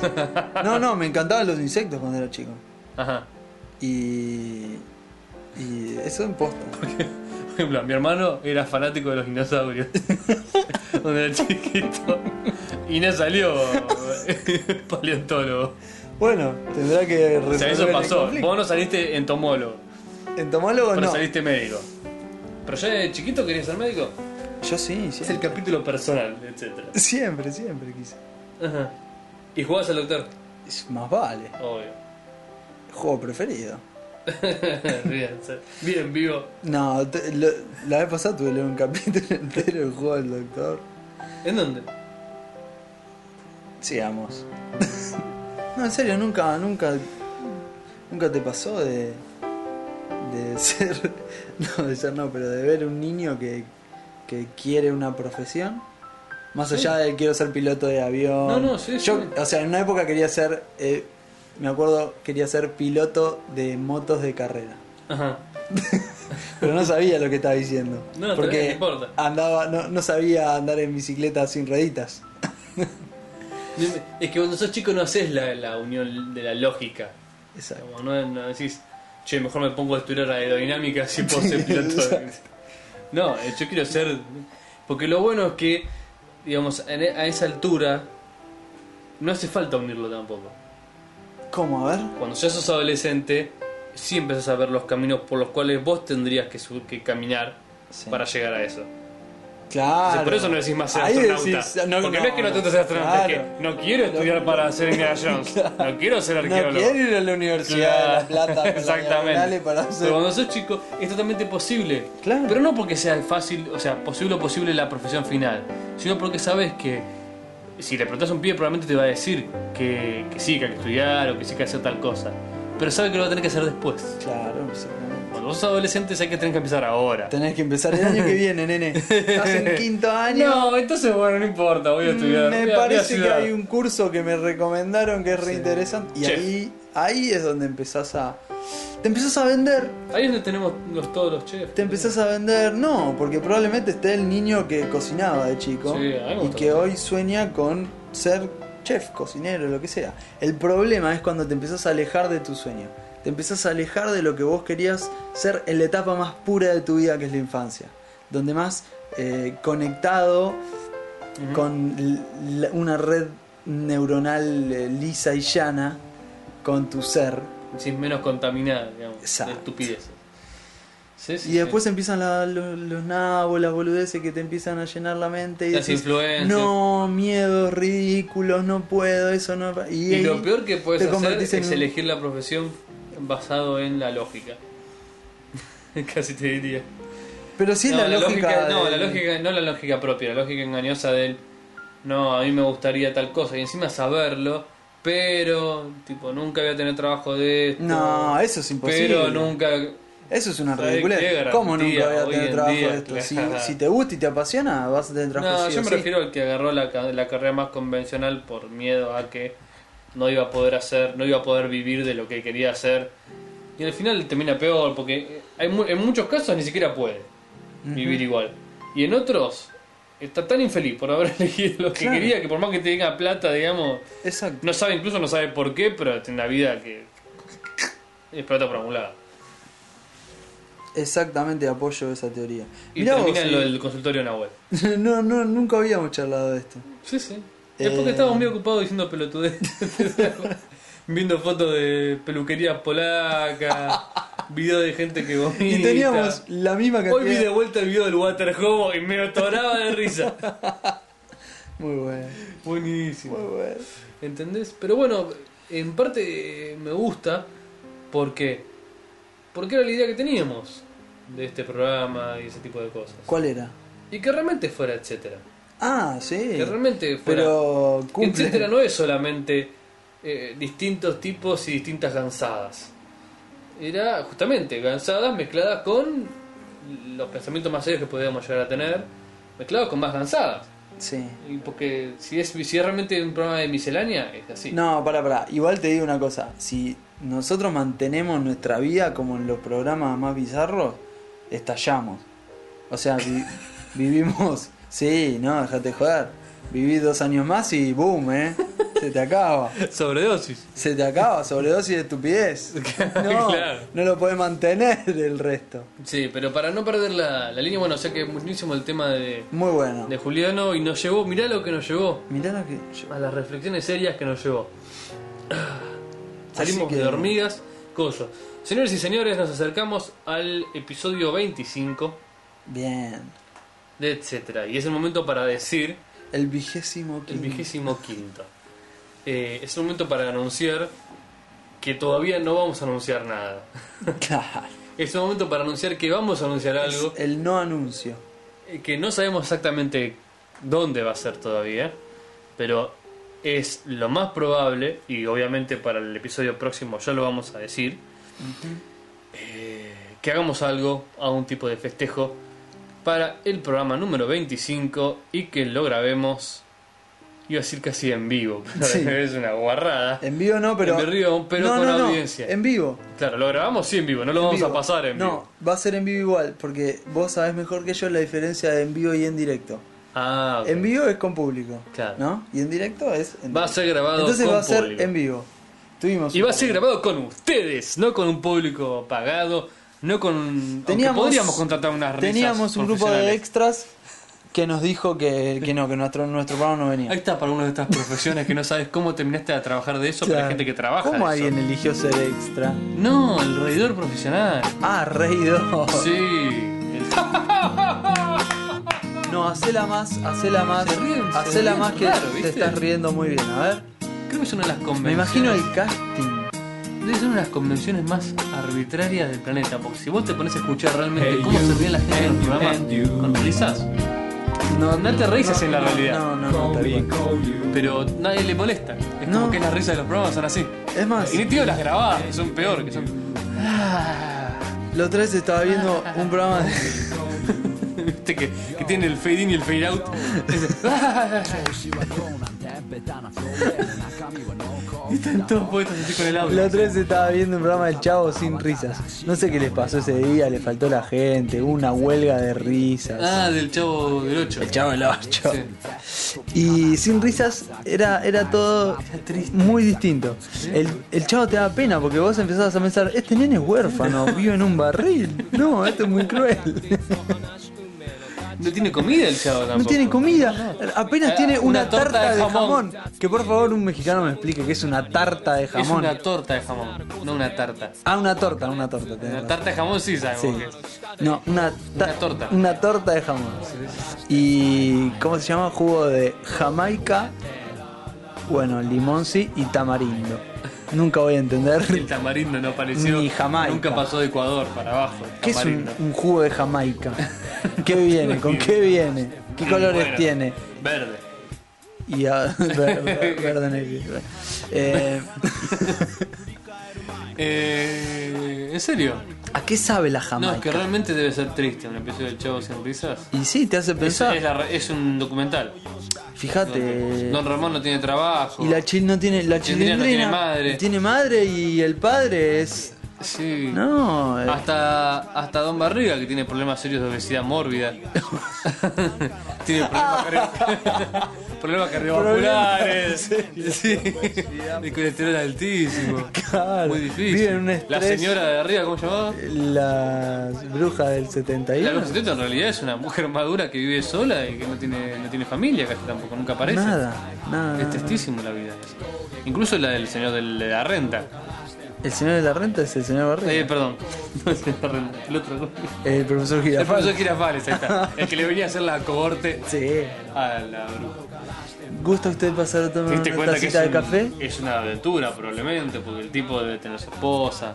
A: No, no, me encantaban los insectos cuando era chico.
B: Ajá.
A: Y. Y eso en posta.
B: Por ejemplo, mi hermano era fanático de los dinosaurios. cuando era chiquito. Y no salió paleontólogo.
A: Bueno, tendrá que resolver.
B: O sea, eso
A: el
B: pasó.
A: conflicto.
B: Vos no saliste entomólogo,
A: Entomólogo
B: pero
A: no.
B: saliste médico. Pero ya de chiquito querías ser médico.
A: Yo sí,
B: Es el
A: siempre.
B: capítulo personal, etc.
A: Siempre, siempre quise.
B: Ajá. ¿Y jugabas al doctor?
A: Es- Más vale.
B: Obvio.
A: Juego preferido.
B: bien, sí. bien, vivo.
A: No, te- lo- la vez pasada tuve que leer un capítulo entero del juego del doctor.
B: ¿En dónde?
A: Sigamos. no, en serio, nunca, nunca. Nunca te pasó de. de ser. No, de ser no, pero de ver un niño que. que quiere una profesión. Más allá de quiero ser piloto de avión.
B: No, no, sí,
A: Yo,
B: sí.
A: o sea, en una época quería ser. eh, me acuerdo, quería ser piloto de motos de carrera.
B: Ajá.
A: Pero no sabía lo que estaba diciendo.
B: No, está bien, no
A: porque
B: importa.
A: andaba, no, no sabía andar en bicicleta sin rueditas.
B: Dime, Es que cuando sos chico no haces la, la unión de la lógica.
A: Exacto.
B: Como no, no decís, che, mejor me pongo a estudiar aerodinámica si puedo ser piloto. de-". no, eh, yo quiero ser. Porque lo bueno es que, digamos, en e- a esa altura no hace falta unirlo tampoco.
A: ¿Cómo? A ver.
B: Cuando ya sos adolescente, sí empezás a ver los caminos por los cuales vos tendrías que, su- que caminar
A: Sí.
B: para llegar a eso.
A: Claro.
B: Entonces, por eso no decís más ser
A: Ahí
B: astronauta.
A: decís, no,
B: porque no, es que no te
A: no,
B: haces astronauta,
A: claro.
B: es que no quiero estudiar para ser Indiana Jones. No quiero ser
A: No
B: arqueólogo.
A: quiere ir a la Universidad de La Plata para
B: Exactamente.
A: Exactamente. para hacer...
B: Pero cuando sos chico es totalmente posible.
A: Claro.
B: Pero no porque sea fácil, o sea, posible o posible la profesión final, sino porque sabes que si le preguntas a un pibe probablemente te va a decir que, que sí, que hay que estudiar o que sí, que hay que hacer tal cosa. Pero sabe que lo va a tener que hacer después.
A: Claro, exactamente.
B: Cuando vos sos adolescente sabes que tenés que empezar ahora.
A: Tenés que empezar el año que viene, nene. Estás en quinto año. Mm,
B: No, entonces bueno, no importa, voy a estudiar.
A: me
B: voy a- voy a
A: parece que
B: estudiar.
A: hay un curso que me recomendaron que es reinteresante. Y
B: Che.
A: ahí, ahí es donde empezás a. Te empezás a vender.
B: Ahí es donde tenemos los, todos los chefs.
A: Te empezás a vender, no, porque probablemente esté el niño que cocinaba de chico
B: Sí, a mí me
A: y
B: gusta
A: que hoy sueña con ser chef, cocinero, lo que sea. El problema es cuando te empezás a alejar de tu sueño, te empezás a alejar de lo que vos querías ser en la etapa más pura de tu vida, que es la infancia, donde más eh, conectado
B: Ujú.
A: con l- la- una red neuronal eh, lisa y llana con tu ser.
B: sin menos contaminada, digamos,
A: Exacto.
B: de estupideces. Sí, sí,
A: Y
B: sí.
A: después empiezan la- lo- los, nabos, las boludeces que te empiezan a llenar la mente. Y
B: Las
A: decís,
B: influencias.
A: No, miedos ridículos, no puedo, eso no. va-". Y,
B: y
A: ahí-
B: lo peor que puedes
A: te
B: hacer
A: convertís
B: es
A: en un-
B: elegir la profesión basado en la lógica. Casi te diría.
A: Pero sí es
B: no,
A: la, lógica.
B: no,
A: de-
B: la lógica, no la lógica propia, la lógica engañosa del no, a mí me gustaría tal cosa y encima saberlo, pero tipo nunca voy a tener trabajo de esto.
A: No, eso es imposible.
B: pero nunca
A: Eso es una
B: ¿Sabés
A: ridiculez.
B: qué garantía
A: ¿Cómo nunca voy a
B: hoy
A: tener
B: en
A: trabajo
B: día?
A: de esto? Si,
B: Claro.
A: si te gusta y te apasiona, vas a tener trabajo.
B: No,
A: sí
B: yo
A: o
B: me
A: sí.
B: refiero al que agarró la, ca- la carrera más convencional por miedo a que no iba a poder hacer, no iba a poder vivir de lo que quería hacer. Y al final termina peor, porque hay mu- en muchos casos ni siquiera puede vivir igual. Y en otros está tan infeliz por haber elegido lo que
A: Claro.
B: quería que por más que tenga plata, digamos,
A: Exacto.
B: no sabe, incluso no sabe por qué, pero tiene una vida que es plata por algún lado.
A: Exactamente apoyo esa teoría.
B: Y
A: Mirá
B: termina
A: vos,
B: en lo del consultorio Nahuel.
A: eh. no, no, nunca habíamos charlado de esto.
B: Sí, sí. Es porque
A: Eh.
B: estábamos muy ocupados diciendo pelotudez. Viendo fotos de peluquerías polacas, videos de gente que vomita.
A: Y teníamos la misma cantidad.
B: Hoy vi de vuelta el video del Waterhobo y me atoraba de risa.
A: Muy bueno, muy
B: Buenísimo.
A: bueno.
B: ¿Entendés? Pero bueno, en parte eh, me gusta porque porque era la idea que teníamos de este programa y ese tipo de cosas.
A: ¿Cuál era?
B: Y que realmente fuera, etcétera.
A: Ah, sí.
B: Que realmente fuera
A: Pero cumple.
B: Etcétera no es solamente eh, distintos tipos y distintas gansadas. Era justamente gansadas mezcladas con los pensamientos más serios que podíamos llegar a tener, mezclados con más gansadas.
A: Sí.
B: Y porque si es, si es realmente un programa de miscelánea, es así.
A: No, pará, pará. Igual te digo una cosa. Si nosotros mantenemos nuestra vida como en los programas más bizarros, estallamos. O sea, vi- vivimos. Sí, no, déjate joder. Vivís dos años más y boom, ¿eh? Se te acaba.
B: Sobredosis.
A: Se te acaba, sobredosis de estupidez. No,
B: Claro.
A: no lo podés mantener el resto.
B: Sí, pero para no perder la, la línea, bueno, o sea que buenísimo el tema de,
A: Muy bueno.
B: de Juliano y nos llevó, mirá lo que nos llevó,
A: Mirá lo que. yo-
B: a las reflexiones serias que nos llevó. Salimos
A: Así que-
B: de hormigas, coso. Señores y señores, nos acercamos al episodio 25
A: Bien.
B: de etcétera. Y es el momento para decir
A: El vigésimo
B: el
A: quinto.
B: vigésimo quinto. Eh, es el momento para anunciar que todavía no vamos a anunciar nada.
A: Claro.
B: Es un momento para anunciar que vamos a anunciar algo
A: Es el no anuncio.
B: eh, que no sabemos exactamente dónde va a ser todavía, pero es lo más probable, y obviamente para el episodio próximo ya lo vamos a decir, eh, que hagamos algo, algún tipo de festejo para el programa número 25 y que lo grabemos, iba a decir casi en vivo, pero
A: Sí.
B: es una guarrada.
A: En vivo no, pero.
B: En vivo, pero
A: No,
B: con
A: no, no,
B: audiencia.
A: En vivo.
B: Claro, lo grabamos sí en vivo, no lo vamos
A: en
B: a
A: vivo.
B: pasar en vivo.
A: No, va a ser en vivo igual, porque vos sabés mejor que yo la diferencia de en vivo y en directo.
B: Ah, ok.
A: En vivo es con público,
B: Claro.
A: ¿no? Y en directo es. en
B: Va a
A: vivo.
B: ser grabado
A: Entonces
B: con
A: va a ser
B: público.
A: en vivo. Tuvimos.
B: Y
A: un
B: va a ser
A: problema.
B: grabado con ustedes, no con un público pagado, no con... aunque
A: Teníamos-
B: podríamos contratar unas risas
A: Teníamos un grupo de
B: profesionales.
A: extras que nos dijo que, que no, que nuestro, nuestro programa no venía.
B: Ahí está para una de estas profesiones que no sabes cómo terminaste a trabajar de eso, pero hay
A: Claro.
B: gente que trabaja
A: ¿Cómo
B: de eso.
A: alguien eligió ser extra?
B: No, el reidor profesional.
A: Ah, reído.
B: Sí. el-
A: No, hacela más, hacela más.
B: Se ríen, se
A: hacela
B: ríen,
A: más que
B: claro,
A: te
B: ¿viste?
A: estás riendo muy bien. A ver.
B: Creo que es una de las convenciones.
A: Me imagino el casting.
B: Debe ser una de las convenciones más arbitrarias del planeta, porque si vos te pones a escuchar realmente
D: Hey,
B: cómo
D: you,
B: se ríe la gente en
D: and
B: los
D: you,
B: programas
D: and you.
B: con risas,
A: No,
B: no te reís en la
A: no,
B: realidad.
A: No, no, no,
D: Call
A: tal
D: me,
A: cual.
D: call you.
B: pero nadie le molesta. Es como
A: No.
B: que las risas de los programas son así.
A: Es más,
B: Y ni tío las grabadas, que son peor, que son. Ah,
A: la otra vez estaba viendo un programa de.
B: Viste que, que tiene el fade in y el fade out. Y están todos puestos así con el
A: La
B: audio.
A: otra vez estaba viendo un programa del Chavo sin risas. No sé qué les pasó ese día, le faltó la gente, hubo una huelga de risas.
B: Ah, del chavo del 8.
A: El Chavo del Ocho. Y sin risas era, era todo muy distinto. El, el Chavo te daba pena porque vos empezabas a pensar, este nene es huérfano, vive en un barril. No, esto es muy cruel.
B: No tiene comida el chavo tampoco. Eh,
A: No tiene comida, apenas tiene
B: Una
A: una,
B: torta
A: tarta,
B: de
A: de
B: jamón.
A: jamón. Que por favor un mexicano me explique qué es una tarta de
B: Es
A: jamón.
B: una torta de jamón, no una tarta.
A: Ah, una torta, una torta. tenés
B: Una
A: razón.
B: tarta de jamón sí
A: Sí.
B: sabemos que es.
A: No, una, ta-
B: Una torta.
A: Una torta de jamón. Y. ¿Cómo se llama? Jugo de Jamaica. Bueno, limón sí y tamarindo. Nunca voy a
B: El
A: entender
B: tamarindo no apareció.
A: Ni Jamaica.
B: Nunca pasó de Ecuador para abajo. el
A: qué es un,
B: tamarindo.
A: un jugo de Jamaica. ¿Qué viene? ¿Con qué viene? ¿Qué colores
B: Bueno,
A: tiene?
B: Verde.
A: Y a- ver- ver- verde negro. Eh,
B: Eh, ¿En serio?
A: ¿A qué sabe la
B: No, es que
A: Jamaica?
B: realmente debe ser triste un episodio del Chavo sin risas.
A: Y sí, te hace
B: Es, es
A: pensar.
B: la re- es un documental.
A: Fíjate.
B: Don Ramón no tiene trabajo.
A: Eh, Y la chil no tiene. La
B: Chilindrina
A: chilindrina
B: no tiene madre.
A: Tiene madre y el padre es.
B: Sí.
A: No,
B: Ah.
A: eh,
B: Hasta, hasta Don Barriga, que tiene problemas serios de obesidad mórbida. tiene problemas, cardio- problemas cardiovasculares. Sí. El colesterol altísimo.
A: claro.
B: Muy difícil.
A: Vive en un estrés.
B: La señora de arriba, ¿cómo se llamaba?
A: Las brujas del
B: La
A: 71.
B: Luceteta en realidad es una mujer madura que vive sola y que no tiene, no tiene familia casi tampoco, nunca aparece.
A: Nada, nada.
B: Es tristísimo la vida. esa. Incluso la del señor del- de la renta.
A: El señor de la renta es el señor
B: Eh,
A: Barriga.
B: perdón. No es de la renta, el otro.
A: El profesor
B: El
A: Girafal.
B: profesor Girafales, ahí está. El que le venía a hacer la cohorte
A: Sí.
B: a la bruja.
A: ¿Gusta usted pasar a
B: ¿Te
A: tomar
B: diste
A: una
B: cuenta que es,
A: tacita de
B: un-
A: café?
B: es una aventura probablemente? Porque el tipo debe tener su esposa,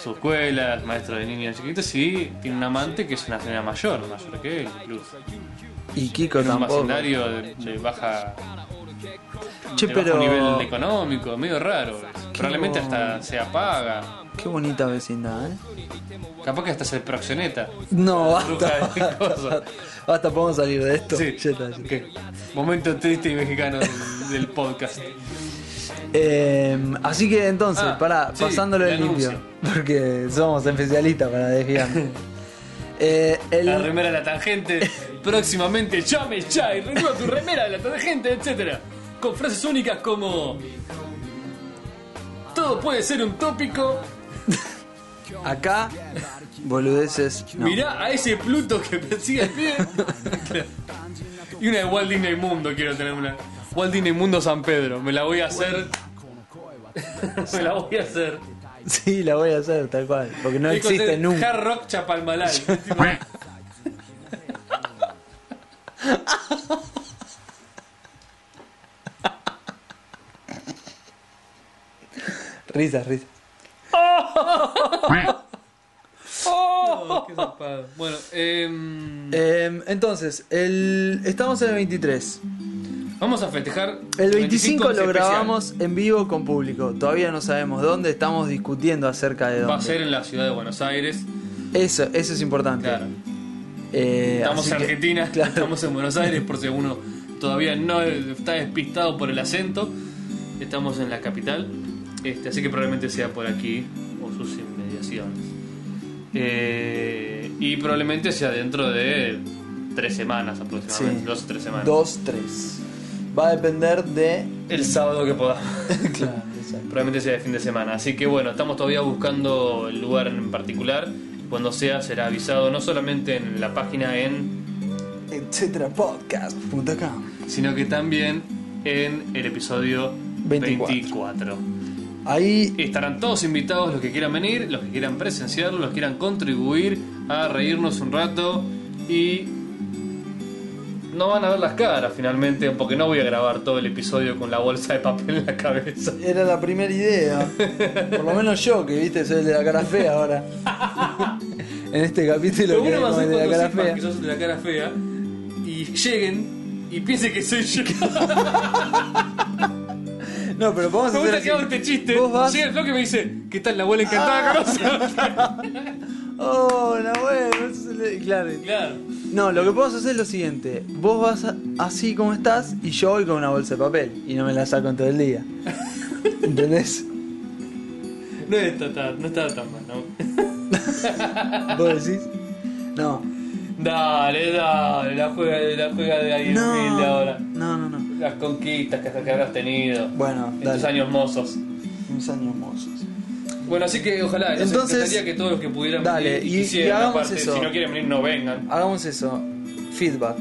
B: su escuela, maestro de niños chiquitos y tiene un amante que es una señora mayor, mayor que él incluso.
A: Y Kiko
B: en un
A: tampoco.
B: vecindario de, de baja,
A: Che,
B: de bajo
A: pero.
B: nivel económico, medio raro. Probablemente
A: bueno.
B: hasta se apaga.
A: Qué bonita vecindad, ¿eh?
B: Capaz que hasta se proxeneta.
A: No,
B: Bruja
A: basta.
B: de cosas.
A: Basta, basta, podemos salir de esto.
B: Sí.
A: Ya está, ya está.
B: Ok. Momento triste y mexicano del, del podcast.
A: Eh, así que entonces,
B: Ah,
A: pará,
B: sí,
A: pasándolo
B: el
A: de limpio,
B: anuncio.
A: porque somos especialistas para desviar. Eh, el-
B: La remera de la tangente. Próximamente, llame ya y renueva tu remera de la tangente, etc. Con frases únicas como. Todo puede ser un tópico.
A: acá, boludeces. no.
B: Mirá a ese Pluto que persigue el pie. Claro. y una de Walt Disney Mundo quiero tener una. Walt Disney Mundo San Pedro. Me la voy a hacer. Me la voy a hacer.
A: Sí, la voy a hacer tal cual, porque no
B: Hay que
A: existe
B: hacer
A: nunca.
B: Hard Rock Chapalmalal. Tipo,
A: Risas, risas.
B: oh, qué zarpado. Bueno, em,
A: Em, entonces, el, estamos en el 23.
B: vamos a festejar.
A: El 25
B: es
A: lo
B: especial.
A: grabamos en vivo con público. Todavía no sabemos dónde, estamos discutiendo acerca de dónde.
B: Va a ser en la ciudad de Buenos Aires.
A: Eso, eso es importante.
B: Claro.
A: Eh,
B: Estamos
A: así
B: en
A: que-
B: Argentina,
A: claro.
B: estamos en Buenos Aires, por si alguno todavía no está despistado por el acento. Estamos en la capital, este, así que probablemente sea por aquí o sus inmediaciones. Eh, y probablemente sea dentro de tres semanas aproximadamente,
A: Sí.
B: dos o tres semanas.
A: Dos, tres. Va a depender de.
B: El sábado que podamos.
A: claro, exacto.
B: Probablemente sea de fin de semana. Así que bueno, estamos todavía buscando el lugar en particular. Cuando sea, será avisado no solamente en la página en
A: Etcétera, podcast.com.
B: sino que también en el episodio 24.
A: 24. Ahí.
B: Estarán todos invitados los que quieran venir, los que quieran presenciarlo, los que quieran contribuir a reírnos un rato y no van a ver las caras finalmente porque no voy a grabar todo el episodio con la bolsa de papel en la cabeza.
A: Era la primera idea. Por lo menos yo, que viste, soy el de la cara fea ahora. en este capítulo
B: Lo
A: que
B: bueno va a
A: como el
B: ser
A: de la
B: cuando
A: cara
B: sepan
A: fea.
B: que sos de la cara fea y lleguen y piensen que soy yo.
A: No, pero vamos
B: Me
A: a hacer.
B: gusta
A: así.
B: que hago este chiste.
A: Vos vas. Ah.
B: Llega el bloque y me dice, ¿qué tal la abuela encantada con nosotros?"
A: Oh, la wea, eso se le- Claro.
B: Claro.
A: No, lo que podemos hacer es lo siguiente. Vos vas a- así como estás y yo voy con una bolsa de papel y no me la saco en todo el día. ¿Entendés?
B: No está, tan- no está tan mal, ¿no?
A: ¿Vos decís? No.
B: Dale, dale, la juega, la juega de alguien humilde
A: No,
B: ahora.
A: no, no. no.
B: Las conquistas que, que habrás tenido.
A: Bueno,
B: en tus
A: dale.
B: años mozos.
A: Unos años mozos.
B: Bueno, así que ojalá, nos
A: Entonces,
B: encantaría que todos los que pudieran
A: dale,
B: venir
A: y- y
B: quisieran,
A: hagamos
B: aparte,
A: eso.
B: si no quieren venir, no vengan.
A: Hagamos eso. Feedback.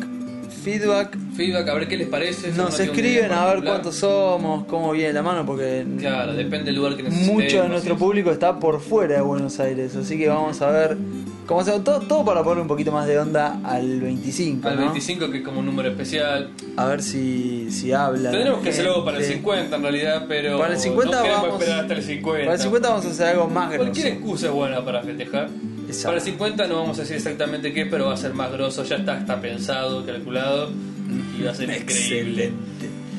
A: Feedback.
B: Feedback, a ver qué les parece.
A: Nos
B: fórmate un video
A: escriben a ver
B: particular.
A: cuántos somos, cómo viene la mano, porque
B: Claro, depende del lugar que necesiten.
A: mucho de nuestro público está por fuera de Buenos Aires. Así que vamos a ver cómo hacer todo, todo para poner un poquito más de onda al 25.
B: Al
A: ¿no?
B: 25, que es como un número especial.
A: A ver si, si habla.
B: Tendremos que hacer
A: hacerlo
B: algo para el 50 en realidad, pero.
A: Para el 50
B: no queremos
A: vamos-
B: esperar hasta el 50.
A: Para el 50 vamos a hacer algo más
B: Cualquier
A: grande.
B: excusa es buena para festejar.
A: Exacto.
B: Para el 50 no vamos a decir exactamente qué, pero va a ser más grosso. Ya está, está pensado, calculado y va a ser increíble.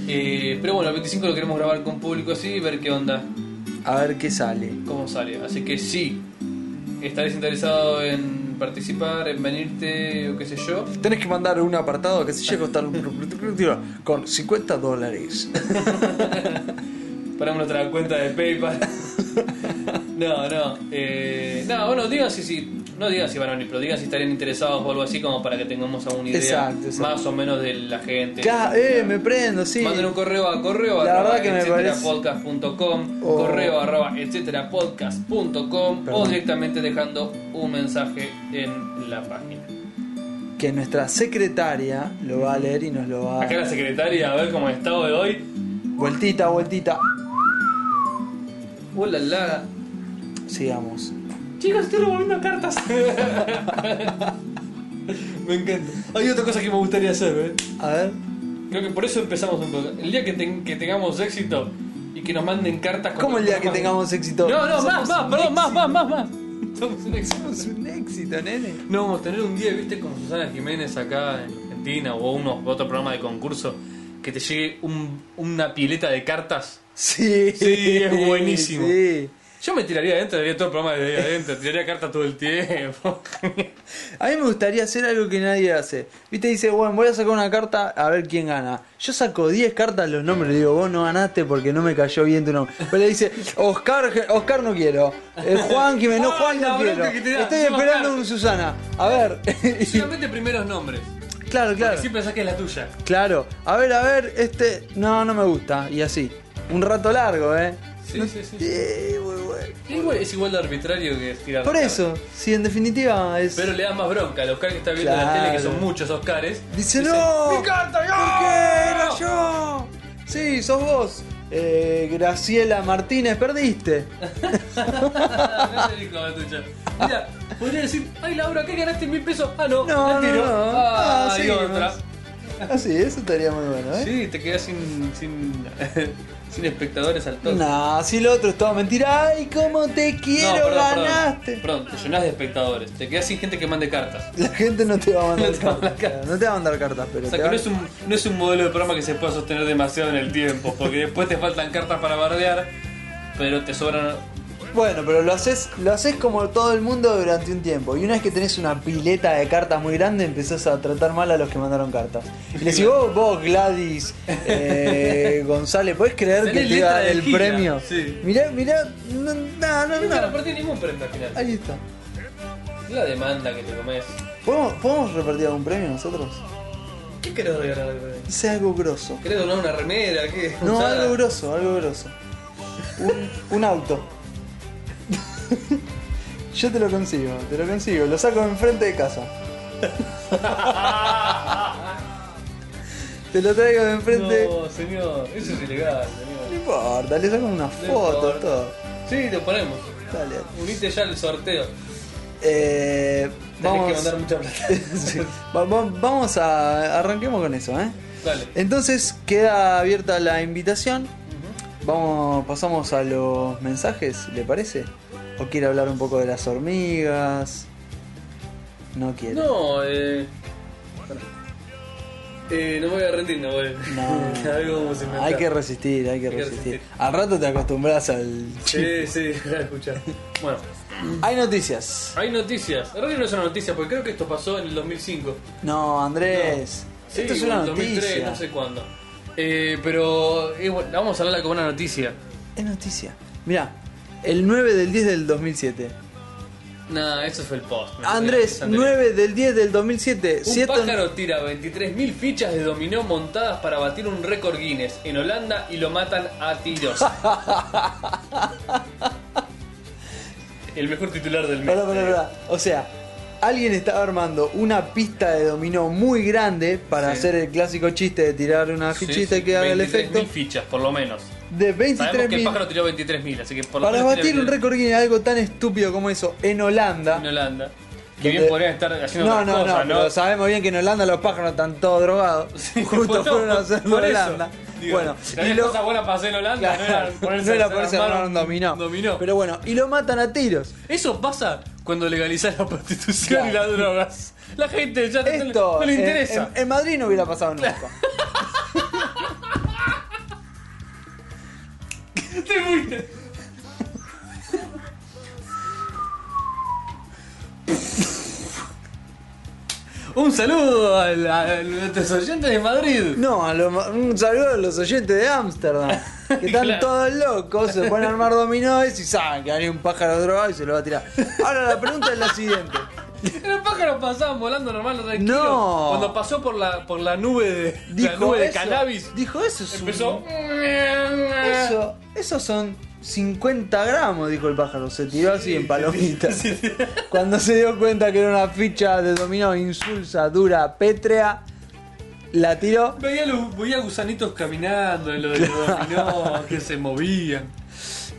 B: Eh, pero bueno, el 25 lo queremos grabar con público así y ver qué onda,
A: A ver qué sale.
B: cómo sale. Así que sí, estaréis interesado en participar, en venirte o qué sé yo.
A: Tenés que mandar un apartado que se llega a costar un- con 50 dólares.
B: Para nuestra cuenta de PayPal. no, no. eh, no, bueno, digan si, si. No digan si van a venir, pero digan si estarían interesados o algo así, como para que tengamos alguna idea
A: Exacto, exacto.
B: más o menos de la gente.
A: Ca- eh, me prendo, sí.
B: Manden un correo a correo
A: La
B: arroba
A: verdad que me parece-
B: etcéterapodcast.com,
A: Oh.
B: correo arroba etcéterapodcast.com o
A: Perdón.
B: directamente dejando un mensaje en la página.
A: Que nuestra secretaria lo va a leer y nos lo va
B: Acá
A: a.
B: la secretaria, a ver cómo el estado de hoy.
A: Vueltita, vueltita.
B: ¡Hola, la!
A: Sigamos.
B: Chicos, estoy removiendo cartas. me encanta. Hay otra cosa que me gustaría hacer, ¿eh?
A: A ver.
B: Creo que por eso empezamos un poco. El día que, ten- que tengamos éxito y que nos manden cartas. con-
A: ¿Cómo el día que tengamos éxito?
B: No, no, más,
A: Somos
B: más,
A: un
B: perdón, más,
A: éxito.
B: más, más, más. Somos un éxito.
A: Somos un éxito, nene.
B: No, vamos a tener un día, viste, como Susana Jiménez acá en Argentina o uno, otro programa de concurso, que te llegue un- una pileta de cartas.
A: Sí.
B: Sí, es buenísimo.
A: Sí.
B: Yo me tiraría adentro, tiraría todo el programa de adentro, tiraría cartas todo el tiempo.
A: A mí me gustaría hacer algo que nadie hace. Viste, dice, bueno, voy a sacar una carta a ver quién gana. Yo saco 10 cartas los nombres, le digo, vos no ganaste porque no me cayó bien tu nombre. Pero le dice, Oscar, Oscar no quiero. Eh, Juan Jiménez, no,
B: Ay,
A: Juan
B: la
A: no
B: bronca
A: quiero.
B: que te da,
A: Estoy
B: encima
A: esperando
B: Oscar.
A: un Susana. A ver.
B: Solamente primeros nombres.
A: claro, claro.
B: Siempre pensás que es la tuya.
A: Claro. A ver, a ver, este. No, no me gusta. Y así. Un rato largo, eh.
B: Sí,
A: No-
B: sí, sí.
A: Eh, muy bueno.
B: Igual- es igual de arbitrario que tirar.
A: Por
B: las
A: eso, si en definitiva es.
B: cartas. Pero le da más bronca al Oscar que está viendo en la
A: Claro.
B: tele, que son muchos Oscares.
A: Dice, no.
B: ¡Mi carta, no!
A: ¿Por qué era yo? Sí, sos vos. Eh, Graciela Martínez, perdiste.
B: no te digo la tuya. Mira, podría decir, ay Laura, ¿qué ganaste mil pesos? Ah, no,
A: No,
B: la tiro.
A: no, no.
B: Ah,
A: Ah,
B: hay
A: sí,
B: otra.
A: Ah, sí, eso estaría muy bueno, ¿eh?
B: Sí, te quedas sin, sin, sin, sin espectadores al toque.
A: No, si el otro es todo mentira. ¡Ay, cómo te quiero! ¡Ganaste!
B: Perdón, te llenás de espectadores. Te quedás sin gente que mande cartas.
A: La gente no te va a mandar
B: No te va a mandar
A: cartas. No te va a mandar cartas, pero
B: O sea
A: te
B: que
A: va-
B: no es, un, no es un modelo de programa que se pueda sostener demasiado en el tiempo, porque después te faltan cartas para bardear, pero te sobran.
A: Bueno, pero lo haces, lo haces como todo el mundo durante un tiempo. Y una vez que tenés una pileta de cartas muy grande, empezás a tratar mal a los que mandaron cartas. Y le decís, vos, vos, Gladys, eh, González, ¿podés creer que
B: Tenés
A: te iba a
B: letra
A: dar
B: de
A: el
B: gira,
A: premio?
B: sí.
A: Mirá, mirá, no, no, no,
B: Nunca
A: no.
B: repartí ningún premio al final.
A: Ahí está.
B: La demanda que te comes.
A: ¿Podemos, podemos repartir algún premio nosotros?
B: ¿Qué querés regalar al premio?
A: Hice algo grosso.
B: ¿Querés donar una remera? ¿Qué?
A: No,
B: Usada.
A: algo grosso, algo grosso. Un, un auto. Yo te lo consigo, te lo consigo. Lo saco enfrente de casa. te lo traigo de enfrente. No,
B: No, señor, eso es ilegal, señor.
A: importa, le saco una
B: No
A: foto,
B: importa.
A: todo.
B: Sí, te ponemos.
A: Dale.
B: Unite ya al sorteo.
A: Eh,
B: Tenés que
A: vamos.
B: mandar mucha plata.
A: Sí. Va- va- vamos a. Arranquemos con eso, ¿eh?
B: Dale.
A: Entonces queda abierta la invitación. Vamos, pasamos a los mensajes, ¿le parece? ¿O quiere hablar un poco de las hormigas? No quiere.
B: No, eh. Eh, no me voy a rendir, no voy
A: No.
B: Algo vamos a inventar.
A: Hay que resistir, hay que
B: que
A: resistir.
B: resistir.
A: Al rato te acostumbras al...
B: Sí, sí, escuchar. Bueno,
A: Hay noticias.
B: hay noticias. En realidad no es una noticia, porque creo que esto pasó en el 2005.
A: No, Andrés.
B: Sí,
A: Esto es
B: o en
A: una
B: el 2003,
A: noticia.
B: no sé cuándo. Eh, pero eh, bueno, vamos a hablarla como una noticia.
A: Es noticia. Mirá, el 9 del 10 del 2007.
B: Nah, eso fue el post. me
A: Andrés,
B: parece, anterior.
A: 9 del 10 del 2007.
B: Un
A: Siete-
B: pájaro tira 23.000 fichas de dominó montadas para batir un récord Guinness en Holanda y lo matan a tiros. El mejor titular del mes.
A: Pará, pará, pará. O sea, alguien estaba armando una pista de dominó muy grande para
B: Sí.
A: hacer el clásico chiste de tirar una
B: Sí,
A: fichita
B: sí,
A: que haga el
B: 23.000
A: efecto.
B: fichas, por lo menos.
A: De
B: Sabemos que el
A: 23.000.
B: pájaro tiró 23.000, así que por lo
A: Para
B: menos
A: batir
B: tiene
A: un récord Guinness, algo tan estúpido como eso, en Holanda.
B: en Holanda. Que
A: Donde-
B: bien podrían estar haciendo
A: No,
B: otras
A: no, no,
B: cosas,
A: pero sabemos bien que en Holanda los pájaros están todos drogados.
B: Sí,
A: Justo
B: bueno,
A: fueron a hacerlo
B: por
A: en
B: eso.
A: Holanda.
B: Digo,
A: bueno,
B: la cosa buena para hacer en Holanda no era ponerse,
A: no
B: a
A: era
B: hacer
A: ponerse a armar un dominó.
B: dominó.
A: Pero bueno, y lo matan a tiros.
B: Eso pasa cuando legalizás la prostitución
A: Claro.
B: y las drogas. La gente ya no-
A: Esto
B: no le
A: en-
B: interesa.
A: En, en Madrid no hubiera pasado nunca.
B: Te fuiste. Un saludo al- a nuestros oyentes de Madrid.
A: No, a lo ma- un saludo a los oyentes de Ámsterdam. Que están
B: Claro.
A: todos locos, se ponen a armar dominóes y saben que hay un pájaro drogado y se lo va a tirar. Ahora la pregunta es la siguiente.
B: Los pájaros pasaban volando normal, tranquilo.
A: No.
B: Cuando pasó por la, por la nube de, la
A: Dijo
B: nube de
A: eso,
B: cannabis,
A: Dijo eso. es un-
B: empezó.
A: Eso, esos son 50 gramos, dijo el pájaro. Se tiró así en palomitas. Cuando se dio cuenta que era una ficha de dominó insulsa, dura, pétrea, la tiró.
B: Veía, los, veía gusanitos caminando en lo de los dominó, que se movían.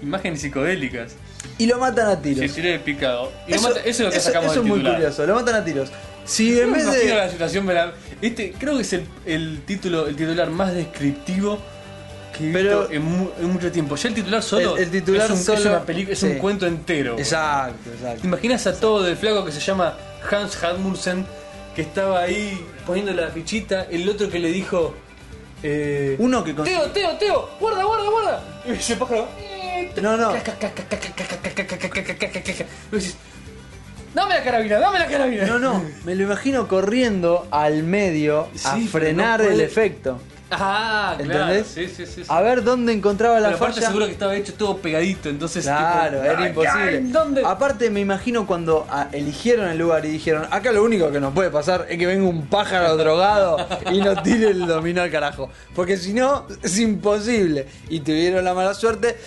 B: Imágenes psicodélicas.
A: Y lo matan a tiros.
B: Se tiró de picado. Y lo mata- eso es lo que
A: eso-
B: sacamos
A: eso
B: del
A: es muy
B: titular.
A: curioso, lo matan a tiros. Si en
B: Me
A: vez
B: imagino
A: de.
B: la situación me la- Este, creo que es el, el título, el titular más descriptivo que he
A: Pero-
B: visto en, mu- en mucho tiempo. Ya el titular solo
A: El- el titular
B: es, un, es
A: solo-
B: una película, es
A: sí.
B: un cuento entero. boludo.
A: Exacto,
B: ¿Te
A: exacto.
B: imaginas a todo del flaco que se llama Hans Hadmursen que estaba ahí poniendo la fichita, el otro que le dijo eh,
A: Uno que consiguió.
B: Teo, Teo, Teo, guarda, guarda, guarda. Y ese pájaro "Eh,
A: No, no.
B: Y vos decís, Dame la carabina, dame la carabina.
A: No, no, me lo imagino corriendo al medio
B: Sí,
A: a
B: pero
A: frenar
B: no puede-
A: el efecto.
B: Ah, claro.
A: ¿Entendés?
B: Sí, sí, sí. sí.
A: A ver dónde encontraba la
B: Pero aparte
A: falla.
B: seguro que estaba hecho todo pegadito, entonces...
A: Claro,
B: tipo,
A: era
B: "Ay,
A: imposible. Ah,
B: ay, ¿Dónde?
A: Aparte me imagino cuando ah, eligieron el lugar y dijeron, acá lo único que nos puede pasar es que venga un pájaro drogado y nos tire el dominó al carajo. Porque si no, es imposible. Y tuvieron la mala suerte.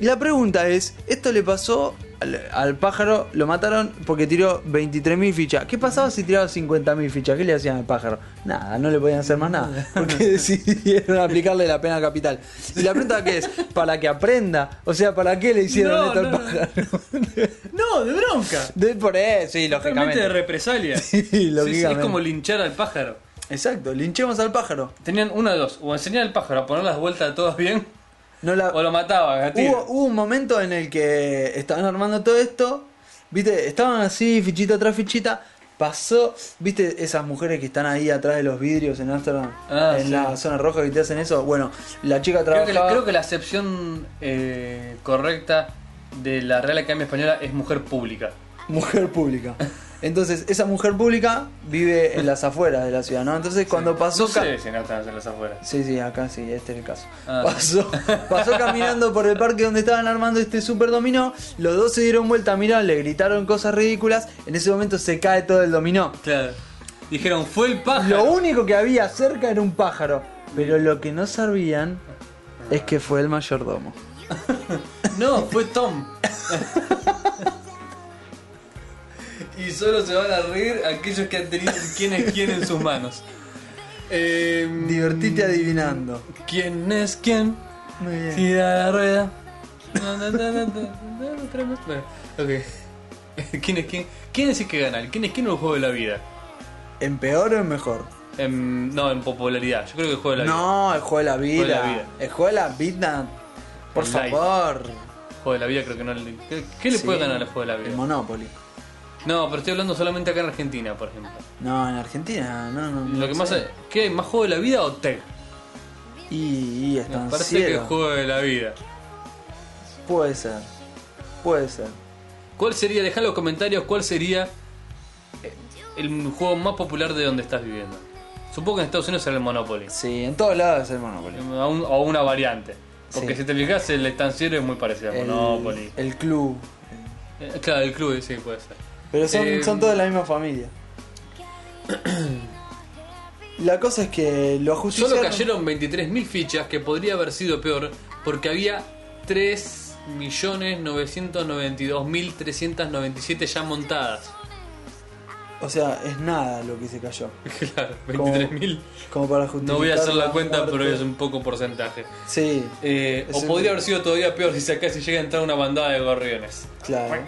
A: La pregunta es, esto le pasó al, al pájaro, lo mataron porque tiró 23.000 fichas. ¿Qué pasaba si tiraba 50.000 fichas? ¿Qué le hacían al pájaro? Nada, no le podían hacer más nada. Porque decidieron aplicarle la pena capital. Y la pregunta que es, ¿para que aprenda? O sea, ¿para qué le hicieron
B: No,
A: esto al
B: no, no.
A: pájaro?
B: No, de bronca.
A: De por eso, sí,
B: Totalmente
A: lógicamente.
B: de represalia.
A: Sí, lógicamente.
B: es como linchar al pájaro.
A: Exacto, linchemos al pájaro.
B: Tenían una de dos, o enseñar al pájaro a poner las vueltas todas bien,
A: No la,
B: O lo mataba, gatito.
A: Hubo, hubo un momento en el que estaban armando todo esto, viste, estaban así, fichita tras fichita, pasó, viste, esas mujeres que están ahí atrás de los vidrios en Amsterdam,
B: Ah,
A: en
B: sí.
A: la zona roja que te hacen eso, bueno, la chica
B: Creo
A: trabajaba...
B: que, la, creo que la acepción eh, correcta de la Real Academia Española es mujer pública.
A: Mujer pública. Entonces, esa mujer pública vive en las afueras de la ciudad, ¿no? Entonces, cuando pasó...
B: No
A: ca-
B: sé si no están en las afueras.
A: Sí, sí, acá sí, este es el caso.
B: Ah.
A: Pasó, pasó caminando por el parque donde estaban armando este super dominó. Los dos se dieron vuelta, miraron, le gritaron cosas ridículas. En ese momento se cae todo el dominó.
B: Claro. Dijeron, fue el
A: Lo
B: pájaro.
A: único que había cerca era un pájaro. Pero lo que no sabían es que fue el mayordomo.
B: No, fue Tom. y solo se van a reír aquellos que han tenido un quién es quién en sus manos. Eh,
A: Divertite adivinando.
B: ¿Quién es quién?
A: Muy bien.
B: Tira la rueda. No, no, no, no, no, no, no, traemos- Bueno, ok. ¿Quién es quién? ¿Quién es el que gana? ¿El ¿Quién es quién en el juego de la vida?
A: ¿En peor o en mejor?
B: En- no, en popularidad. Yo creo que el juego de la vida.
A: No, el juego de la
B: de la
A: vida.
B: vida.
A: El juego de la vida. Por
B: Online.
A: favor.
B: El juego de la vida creo que no le. ¿Qué, qué le
A: Sí.
B: puede ganar al juego de la
A: El
B: vida?
A: Monopoly.
B: No, pero estoy hablando solamente acá en Argentina, por ejemplo.
A: No, en Argentina, no, no. no
B: Lo que más.
A: sé.
B: ¿Qué? ¿Más juego de la vida o tech?
A: Y, y
B: Me
A: están
B: parece que es
A: ciegos.
B: juego de la vida.
A: Puede ser. Puede ser.
B: ¿Cuál sería, dejá en los comentarios, cuál sería eh, el juego más popular de donde estás viviendo? Supongo que en Estados Unidos será el Monopoly.
A: Sí, en todos lados es el Monopoly.
B: A un- o una variante. Porque
A: Sí.
B: si te fijas, el estanciero es muy parecido al
A: El-
B: Monopoly.
A: El club.
B: Eh, Claro, el club sí puede ser.
A: Pero son,
B: Eh,
A: son todos de la misma familia. La cosa es que lo
B: Solo
A: ajusticiaron.
B: cayeron 23.000 fichas, que podría haber sido peor, porque había 3.992.397 ya montadas.
A: O sea, es nada lo que se cayó.
B: Claro,
A: Como-
B: 23.000.
A: Como para justificar.
B: No voy a hacer la
A: la
B: cuenta,
A: muerte.
B: pero es un poco porcentaje.
A: Sí,
B: Eh,
A: Es
B: o
A: un-
B: podría haber sido todavía peor si sacás si llega a entrar una bandada de gorriones.
A: claro.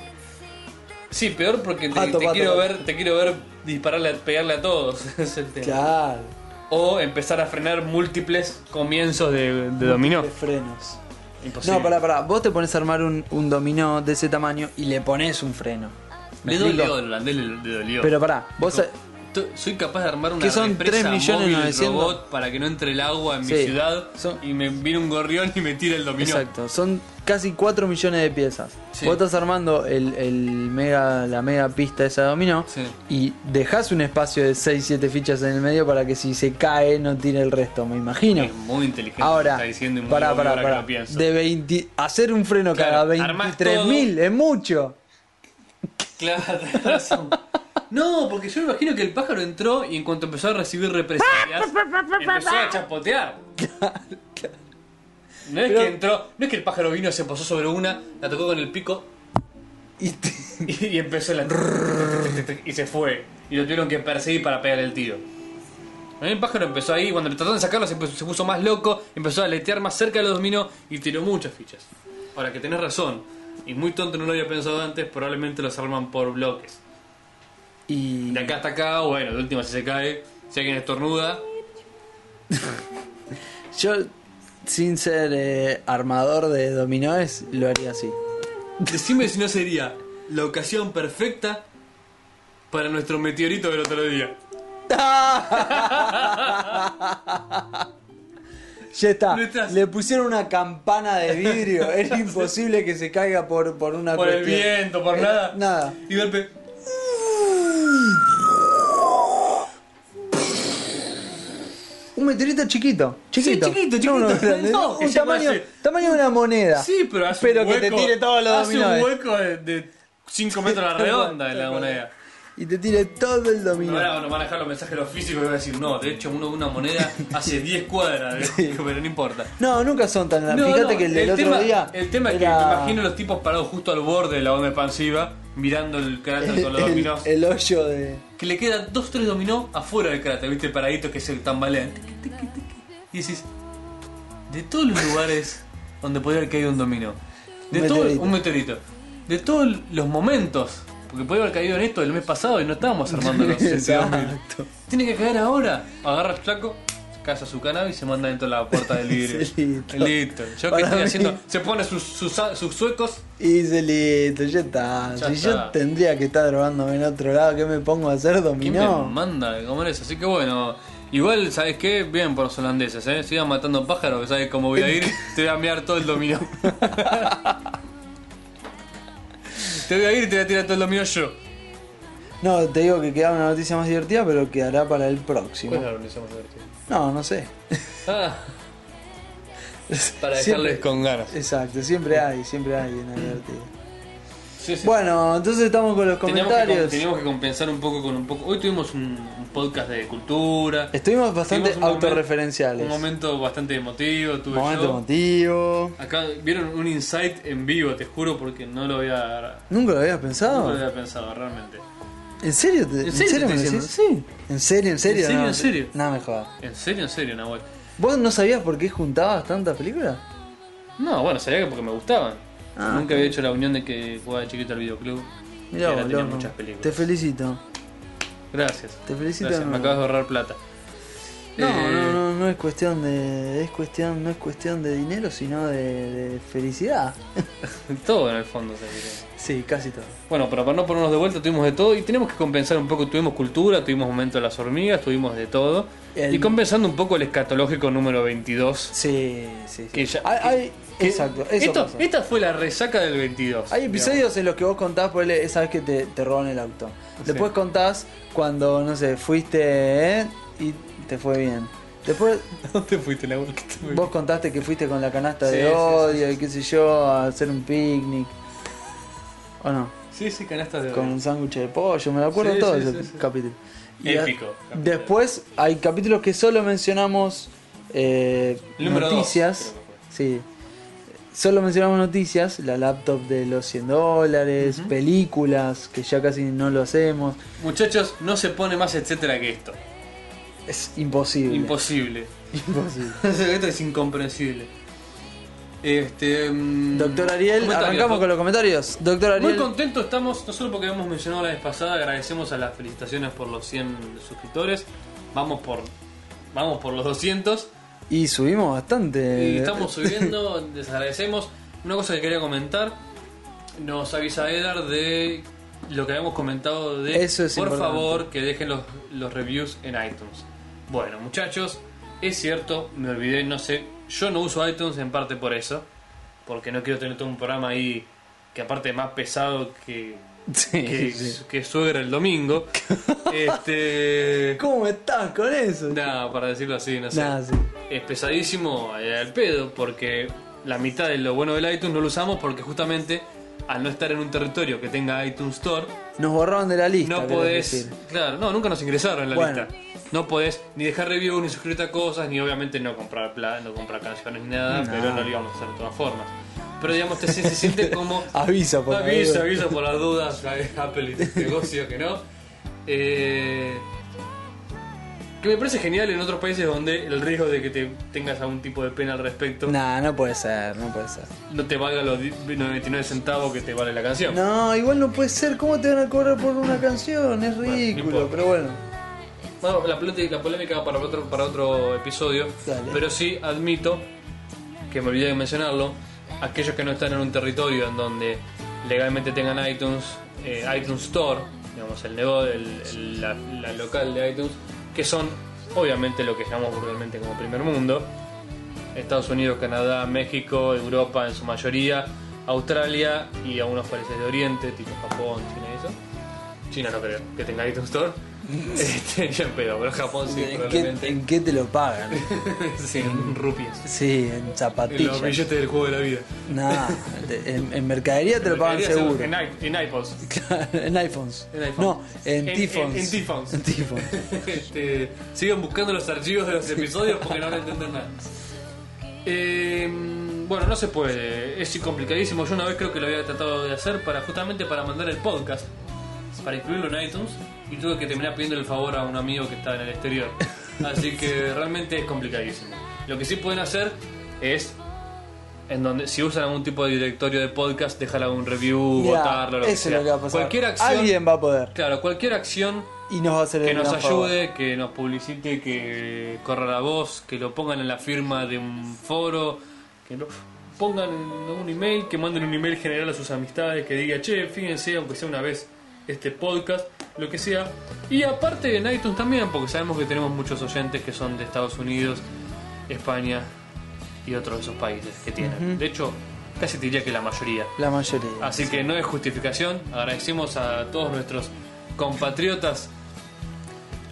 B: Sí, peor porque te,
A: Pato,
B: te
A: pato,
B: quiero
A: pato.
B: ver, te quiero ver dispararle, a- pegarle a todos. es el tema.
A: Claro.
B: O empezar a frenar múltiples comienzos de, de dominó.
A: De frenos.
B: Imposible.
A: No, pará, pará. Vos te pones a armar un, un dominó de ese tamaño y le pones un freno. ¿Me
B: Le
A: explico?
B: dolió, el holandés le, le dolió.
A: Pero pará, vos.
B: Dijo, "T- soy capaz de armar una
A: que son
B: represa
A: 3 millones
B: móvil
A: 900.
B: robot para que no entre el agua en mi
A: Sí,
B: ciudad
A: son-
B: y me viene un gorrión y me tira el dominó.
A: Exacto, son casi 4 millones de piezas.
B: Sí.
A: Vos estás armando el, el mega, la mega pista esa de dominó
B: Sí.
A: y dejás un espacio de 6-7 fichas en el medio para que si se cae no tire el resto, me imagino.
B: Es muy inteligente. lo que
A: Ahora,
B: está diciendo y muy
A: pará,
B: obvio
A: pará,
B: ahora que
A: pará.
B: lo pienso.
A: De 20, hacer un freno
B: Claro,
A: cada
B: armás
A: 23.000 es mucho.
B: Claro, tenés razón. No, porque yo me imagino que el pájaro entró y en cuanto empezó a recibir represalias, empezó a chapotear. No es
A: Pero-
B: que entró, no es que el pájaro vino, se posó sobre una, la tocó con el pico
A: Y te-
B: y, y empezó la. y se fue. Y lo tuvieron que perseguir para pegar el tiro. El pájaro empezó ahí, cuando le trataron de sacarlo se, puso- se puso más loco, empezó a letear más cerca de los dominó y tiró muchas fichas. Ahora que tenés razón, y muy tonto no lo había pensado antes, probablemente los arman por bloques.
A: y
B: De acá hasta acá, bueno, de última si se cae, si alguien estornuda,
A: yo, sin ser eh, armador de dominóes, lo haría así.
B: decime si no sería la ocasión perfecta para nuestro meteorito del otro día.
A: Ya está.
B: No estás.
A: Le pusieron una campana de vidrio. Era imposible que se caiga por, por una
B: Por el
A: cuestión. Eh,
B: viento, por nada.
A: Nada.
B: Y de golpe.
A: Un meteorito chiquito. Chiquito.
B: Sí, chiquito,
A: No uno
B: chiquito.
A: grande.
B: No, que
A: un
B: se
A: tamaño,
B: parece.
A: tamaño de una moneda.
B: Sí, pero hace
A: Pero
B: un
A: que
B: hueco.
A: te tire todos los eh.
B: Hace un
A: dominóes.
B: hueco de 5 metros a la redonda en la moneda.
A: Y te tire todo el
B: No
A: dominó.
B: van a- no van a dejar los mensajes los físicos y van a decir, no, de hecho uno de una moneda hace 10 cuadras, de- pero no importa.
A: No, nunca son tan.
B: No,
A: Fíjate
B: no,
A: que el del otro
B: tema,
A: día.
B: El tema es que
A: era
B: me imagino los tipos parados justo al borde de la onda expansiva, mirando el cráter con los
A: el,
B: dominós.
A: el hoyo de.
B: Que le quedan dos, tres dominó afuera del cráter, ¿viste? Paradito que se tambalean. Y decís, de todos los lugares donde podría haber caído un dominó, de
A: Un
B: todo,
A: meteorito.
B: un meteorito, de todos los momentos, porque podría haber caído en esto el mes pasado y no estábamos armando los 72.000.
A: Exacto.
B: Tiene que caer ahora. Agarra el flaco, casa su cannabis y se manda dentro de la puerta del vidrio.
A: Sí, listo.
B: Listo. Yo que
A: Para
B: estoy
A: mí.
B: haciendo. Se pone sus, sus, sus suecos.
A: Y se listo, ya está.
B: Ya
A: si
B: está.
A: yo tendría que estar drogándome en otro lado, ¿qué me pongo a hacer?
B: ¿Quién me
A: Dominó.
B: manda de comer eso? Así que bueno. Igual, ¿sabes qué? Bien por los holandeses, ¿eh? Sigan matando pájaros, que sabes cómo voy a ir. Te voy a enviar todo el dominó. te voy a ir y te voy a tirar todo el dominó yo.
A: No, te digo que queda una noticia más divertida, pero quedará para el próximo.
B: ¿Cuál es la organización más divertida?
A: No, no sé.
B: Ah, para
A: Siempre-
B: dejarles con ganas.
A: Exacto, siempre hay, siempre hay una divertida.
B: Sí, sí.
A: Bueno, entonces estamos con los
B: Teníamos que,
A: comentarios.
B: teníamos que compensar un poco con un poco. Hoy tuvimos un, un podcast de cultura.
A: Estuvimos bastante
B: Tuvimos un momen-
A: autorreferenciales.
B: Un momento bastante emotivo. Tuve
A: Momento
B: yo.
A: emotivo.
B: Acá vieron un insight en vivo, te juro, porque no lo había,
A: ¿Nunca lo habías
B: no
A: pensado?
B: lo había pensado realmente.
A: ¿En serio? te-
B: ¿En
A: ¿En
B: serio
A: serio me
B: te
A: lo
B: estoy
A: decís?
B: diciendo?
A: ¿En serio? ¿En serio?
B: serio?
A: No,
B: ¿En serio?
A: No, me jodas.
B: ¿En serio, en serio, Nahuel?
A: ¿Vos no sabías por qué juntabas tantas películas?
B: No, bueno, sabía que porque me gustaban.
A: Ah,
B: Nunca había hecho la unión de que jugaba de chiquito al videoclub.
A: Mirá,
B: y ahora
A: vos,
B: tenía
A: loco.
B: muchas películas.
A: Te felicito.
B: Gracias.
A: Te felicito.
B: Gracias,
A: de
B: me
A: nuevo.
B: acabas de ahorrar plata.
A: No,
B: Eh,
A: no, no, no es cuestión de. Es cuestión, no es cuestión de dinero, sino de, de felicidad.
B: Todo en el fondo se diría.
A: Sí, casi todo.
B: Bueno, pero para no ponernos de vuelta tuvimos de todo y tenemos que compensar un poco, tuvimos cultura, tuvimos momento de las hormigas, tuvimos de todo.
A: El-
B: Y compensando un poco el escatológico número 22.
A: Sí, sí, sí.
B: Que ya-
A: Hay- hay-
B: que-
A: exacto, eso
B: esto-
A: pasa.
B: esta fue la resaca del 22.
A: Hay episodios en los que vos contás, por esa vez que te, te roban el auto. Después contás cuando, no sé, fuiste ¿eh? y te fue bien. Después
B: digamos. ¿Dónde fuiste la vuelta?
A: vos contaste que fuiste con la canasta
B: Sí,
A: de
B: sí, sí,
A: odio y qué sé yo, a hacer un picnic. ¿O no?
B: Sí, sí, canastas de
A: Con
B: oro.
A: un sándwich de pollo, me lo acuerdo
B: Sí,
A: todo
B: sí,
A: ese
B: sí, sí.
A: capítulo. a-
B: Épico capítulo.
A: Después hay capítulos que solo mencionamos eh,
B: El número
A: noticias.
B: dos, creo que fue.
A: Sí. Solo mencionamos noticias, la laptop de los 100 dólares, películas, que ya casi no lo hacemos.
B: Muchachos, no se pone más etcétera que esto.
A: Es imposible.
B: Imposible.
A: imposible.
B: esto es incomprensible. Este, mm,
A: Doctor Ariel,
B: comentarios,
A: arrancamos
B: doc-
A: con los comentarios. Doctor
B: Muy
A: Ariel,
B: contentos estamos, no solo porque habíamos mencionado la vez pasada, agradecemos a las felicitaciones por los 100 suscriptores, vamos por vamos por los 200
A: y subimos bastante.
B: y estamos subiendo, les agradecemos. Una cosa que quería comentar, nos avisa Edar de lo que habíamos comentado de
A: Eso es
B: por
A: importante.
B: favor que dejen los, los reviews en iTunes. Bueno muchachos, es cierto, me olvidé, no sé, yo no uso iTunes en parte por eso, porque no quiero tener todo un programa ahí que aparte es más pesado que
A: Sí,
B: que,
A: sí.
B: que suegra el domingo. este.
A: ¿Cómo estás con eso?
B: Nada, para decirlo así, no sé.
A: Nah, sí.
B: Es pesadísimo eh, al pedo, porque la mitad de lo bueno del iTunes no lo usamos porque justamente al no estar en un territorio que tenga iTunes Store,
A: Nos borraron de la lista.
B: no
A: querés
B: podés.
A: decir.
B: Claro, no, nunca nos ingresaron en la
A: Bueno.
B: lista. No podés ni dejar review, ni suscribirte a cosas, ni obviamente no comprar plan, no comprar canciones ni nada,
A: No.
B: pero no lo íbamos a hacer de todas formas. Pero digamos, te, se, se siente como.
A: Avisa, por favor.
B: Avisa, avisa por las dudas, Apple y negocio que no. Eh, que me parece genial en otros países donde el riesgo de que te tengas algún tipo de pena al respecto
A: Nah, no puede ser, no puede ser.
B: no te valga los di- 99 centavos que te vale la canción.
A: No, igual no puede ser. ¿Cómo te van a cobrar por una canción? Es ridículo,
B: importa.
A: pero bueno.
B: Bueno, la, plate- la polémica va para otro, para otro episodio,
A: Dale.
B: pero sí admito que me olvidé de mencionarlo. Aquellos que no están en un territorio en donde legalmente tengan iTunes, eh, iTunes Store, digamos el negocio, la, la local de iTunes, que son obviamente lo que llamamos vulgarmente como primer mundo, Estados Unidos, Canadá, México, Europa en su mayoría, Australia y algunos países de Oriente, tipo Japón, China y eso. China no creo que tenga iTunes Store. Este, ya en pedo, pero Japón sí,
A: ¿En, qué,
B: probablemente.
A: en qué te lo pagan?
B: sí, en rupias.
A: Sí, en
B: En los
A: zapatillas.
B: billetes del juego de la vida.
A: Nah, te- en, en mercadería te lo pagan
B: Debería ser
A: seguro.
B: En, i- en iPods.
A: Claro, en iPhones.
B: En iPhones.
A: No, en
B: En-
A: Tifons.
B: en- en Tifons.
A: En Tifons.
B: Este, sigan buscando los archivos de los episodios porque no van a entender nada. Eh, bueno, no se puede, es complicadísimo. Yo una vez creo que lo había tratado de hacer para justamente para mandar el podcast, para incluirlo en iTunes, y tuve que terminar pidiendo el favor a un amigo que estaba en el exterior. Así que realmente es complicadísimo. Lo que sí pueden hacer es en donde si usan algún tipo de directorio de podcast, dejar algún review,
A: Mirá,
B: votarlo, lo que
A: eso es
B: sea.
A: lo que va a pasar.
B: Cualquier acción
A: Alguien va a poder.
B: Claro, cualquier acción
A: Y nos va a hacer
B: Que
A: el
B: nos
A: gran favor.
B: ayude, que nos publicite, que corra la voz, que lo pongan en la firma de un foro, que lo pongan en un email, que manden un email general a sus amistades, que diga, che, fíjense, aunque sea una vez este podcast, lo que sea. Y aparte en iTunes también, porque sabemos que tenemos muchos oyentes que son de Estados Unidos, España y otros de esos países que tienen.
A: Ujú.
B: De hecho, casi te diría que la mayoría.
A: La mayoría.
B: Así que no es justificación. Agradecemos a todos nuestros compatriotas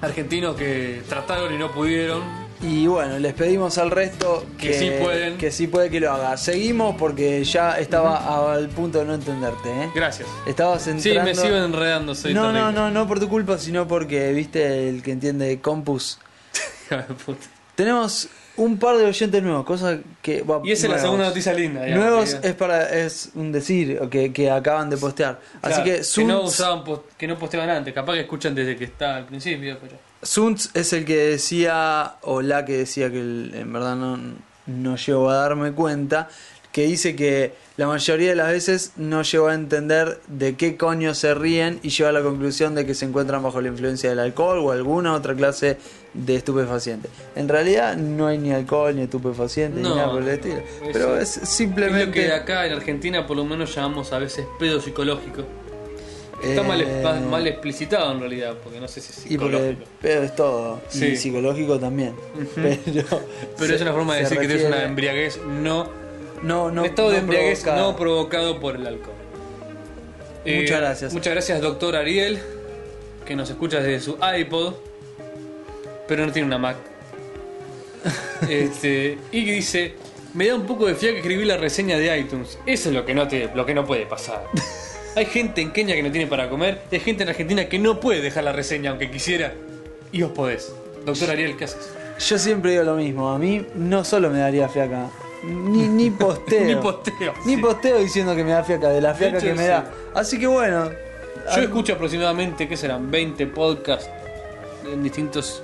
B: argentinos que trataron y no pudieron.
A: Y bueno, les pedimos al resto que,
B: Que sí pueden.
A: que sí puede que lo haga. Seguimos porque ya estaba al punto de no entenderte, ¿eh?
B: Gracias.
A: Estabas entrando...
B: Sí, me sigo enredando. Soy
A: No, no,
B: terrible.
A: no, no por tu culpa, sino porque, viste, el que entiende Compus.
B: Hija de puta.
A: Tenemos un par de oyentes nuevos, cosa que... va-
B: y esa es la
A: nuevos.
B: segunda noticia linda. digamos,
A: Nuevos eh,
B: que-
A: es para es un decir o que, que acaban de postear. Así
B: claro,
A: que Suns,
B: no usaban post- que no posteaban antes. Capaz que escuchan desde que está al principio. pero-
A: Suns es el que decía, o la que decía que el- en verdad no, no llego a darme cuenta, que dice que la mayoría de las veces no llegó a entender de qué coño se ríen y llegó a la conclusión de que se encuentran bajo la influencia del alcohol o alguna otra clase de estupefaciente. En realidad no hay ni alcohol ni estupefaciente ni
B: No,
A: nada por el estilo.
B: eso-
A: Pero es
B: Es lo
A: simplemente...
B: que acá en Argentina por lo menos llamamos a veces pedo psicológico. Está mal,
A: Eh,
B: espa- mal explicitado en realidad, porque no sé si es
A: Y porque el
B: psicológico.
A: pedo es todo. Y
B: Sí.
A: psicológico también. Pero,
B: Pero
A: se-
B: es una forma de
A: se
B: decir que tienes una
A: refiere-
B: embriaguez no.
A: No, no.
B: un estado de
A: no
B: embriaguez
A: provoca-
B: no provocado por el alcohol. Eh,
A: Muchas gracias.
B: Muchas gracias, doctor Ariel, que nos escucha desde su iPod, pero no tiene una Mac. Este, y que dice: Me da un poco de fiaca escribir la reseña de iTunes. Eso es lo que no, te, lo que no puede pasar. Hay gente en Kenia que no tiene para comer, y hay gente en Argentina que no puede dejar la reseña aunque quisiera. Y vos podés. Doctor Ariel, ¿qué haces?
A: Yo siempre digo lo mismo. A mí no solo me daría fiaca. Ni, ni posteo.
B: Ni posteo.
A: Ni
B: sí.
A: posteo diciendo que me da fiaca, de la fiaca
B: hecho,
A: que me
B: sí.
A: da. Así que bueno.
B: Yo escucho aproximadamente, ¿qué serán? 20 podcasts en distintos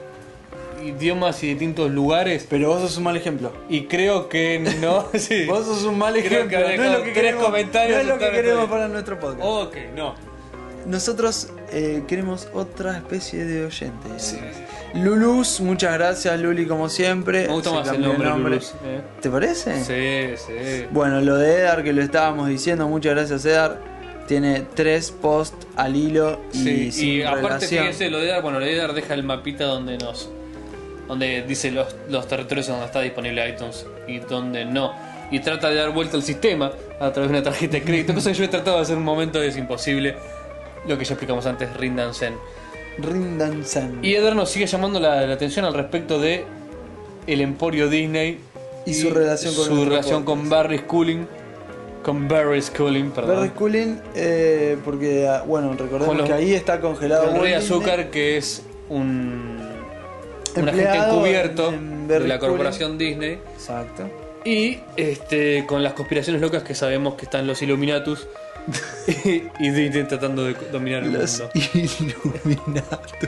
B: idiomas y distintos lugares.
A: Pero vos sos un mal ejemplo.
B: Y creo que no. sí.
A: Vos sos un mal
B: Creo que
A: ejemplo.
B: ha
A: no es lo
B: dejado
A: que
B: tres
A: queremos,
B: comentarios
A: no es lo que
B: totalmente
A: queremos
B: bien. Oh.
A: para nuestro podcast.
B: Ok, no.
A: Nosotros eh, queremos otra especie de oyente. Lulus, muchas gracias Luli como siempre.
B: Me gusta
A: Se
B: más el
A: cambió
B: nombre, Lulus, eh.
A: ¿Te parece?
B: Sí, sí.
A: Bueno, lo de Edar que lo estábamos diciendo, muchas gracias Edar. Tiene tres posts al hilo y
B: Sí, y,
A: sin
B: aparte
A: relación.
B: fíjense, lo de Dar, bueno, lo de Dar deja el mapita donde nos donde dice los, los territorios en donde está disponible iTunes y donde no. Y trata de dar vuelta al sistema a través de una tarjeta de crédito, cosa que yo he tratado de hacer un momento y es imposible. Lo que ya explicamos antes, ríndanse.
A: Rindan Sen.
B: Y Edgar nos sigue llamando la, la atención al respecto de el Emporio Disney
A: Y su relación con
B: su
A: nuestro
B: relación
A: podcast.
B: con Barry Schooling, con Barry Schooling, perdón.
A: Barry Cullen, eh, porque ah, bueno, recordemos
B: Con los-
A: que ahí está congelado.
B: Con Rey
A: Walt
B: Azúcar, que es un, un agente
A: Empleado
B: encubierto
A: en- en
B: de
A: Berry
B: la
A: Cullen.
B: corporación Disney.
A: Disney. Exacto.
B: Y este, con las conspiraciones locas que sabemos que están los Illuminatus y, y Disney tratando de dominar el
A: Los
B: mundo.
A: Illuminatus.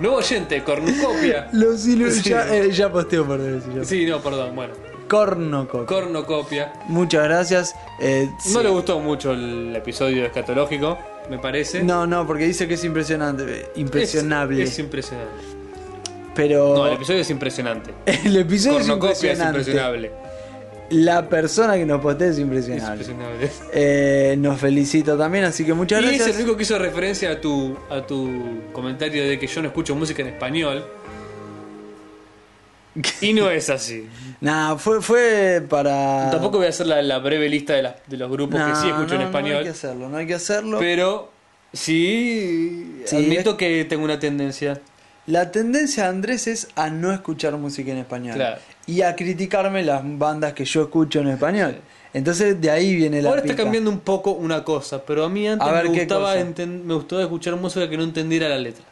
B: Nuevo oyente, Cornucopia.
A: Los Illuminatus.
B: Sí.
A: Ya, eh, ya posteo por decir. ya.
B: sí, no, perdón, bueno.
A: Cornoco.
B: Cornucopia.
A: Muchas gracias. eh,
B: No
A: sí.
B: le gustó mucho el episodio escatológico, me parece.
A: No, no, porque dice que es impresionante. eh, Impresionable.
B: ¿eh? Es, es impresionante.
A: pero
B: No, el episodio es impresionante.
A: el episodio es
B: Cornucopia es
A: impresionante.
B: impresionable.
A: La persona que nos postea es
B: Es
A: impresionable.
B: impresionable.
A: Eh, nos felicita también, así que muchas
B: Y es
A: gracias.
B: el único que hizo referencia a tu, a tu comentario de que yo no escucho música en español. Y no es así.
A: Nah, fue, fue para.
B: Tampoco voy a hacer la, la breve lista de, las- de los grupos
A: Nah,
B: que sí escucho
A: Ah. no,
B: en
A: No hay
B: español.
A: que hacerlo, no hay que hacerlo.
B: pero sí,
A: Sí,
B: admito que tengo una tendencia.
A: La tendencia de Andrés es a no escuchar música en español.
B: Claro.
A: Y a criticarme las bandas que yo escucho en español. Entonces de ahí viene la.
B: Ahora está
A: pica.
B: cambiando un poco una cosa, pero a mí antes
A: A ver,
B: me,
A: ¿qué
B: gustaba
A: cosa?
B: enten- me gustaba escuchar música que no entendiera la letra.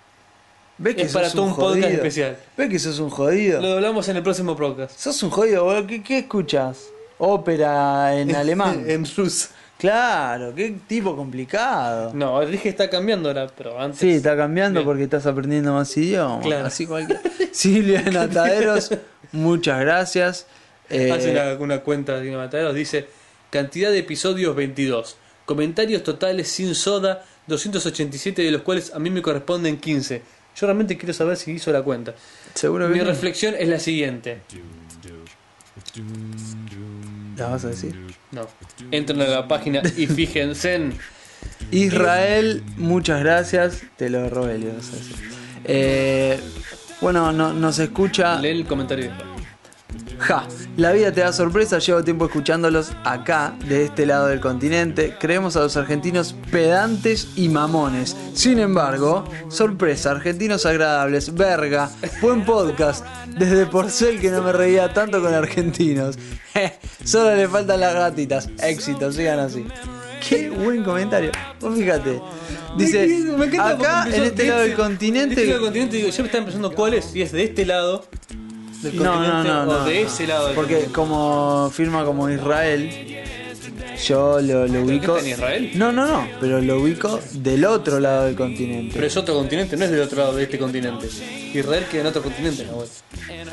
A: ¿Ves que
B: es para
A: sos
B: todo un podcast
A: jodido?
B: especial.
A: ¿Ves que sos un jodido?
B: Lo hablamos en el próximo podcast.
A: Sos un jodido, boludo. ¿Qué, qué escuchas? Ópera en alemán.
B: ruso.
A: Claro, qué tipo complicado.
B: No, dije está cambiando ahora, pero antes.
A: Sí, está cambiando
B: Bien.
A: porque estás aprendiendo más idiomas.
B: Claro.
A: Así cualquiera. Silvia Nataderos, muchas gracias. Eh,
B: Hace una, una cuenta de Matadero, dice cantidad de episodios 22, comentarios totales sin soda, 287 de los cuales a mí me corresponden 15. Yo realmente quiero saber si hizo la cuenta.
A: Seguro
B: Mi
A: que
B: reflexión es la siguiente.
A: la vas a decir.
B: No. Entren a la página y fíjense en...
A: Israel, muchas gracias. Te lo robé, Leo, no sé si- Eh, bueno, no- nos escucha.
B: Leen el comentario. después.
A: Ja, la vida te da sorpresa, llevo tiempo escuchándolos acá, de este lado del continente. Creemos a los argentinos pedantes y mamones. Sin embargo, sorpresa, argentinos agradables, verga, buen podcast. Desde Porcel que no me reía tanto con argentinos. Je, Solo le faltan las gatitas. Éxito, sigan así. Qué buen comentario. Vos fíjate. Dice,
B: Me encanta porque
A: acá
B: empiezo-
A: en este lado del
B: dice- de
A: continente.
B: este lado del continente digo, ya me están pensando cuál es, si es de este lado del
A: No, no,
B: continente
A: no,
B: o
A: no,
B: de
A: no.
B: ese lado del
A: Porque
B: continente.
A: como firma como Israel, yo lo, lo ubico.
B: está en Israel?
A: No, no, no, pero lo ubico del otro lado del
B: Pero
A: continente.
B: es otro continente, no es del otro lado de este continente. Israel queda en otro continente, Nahuel.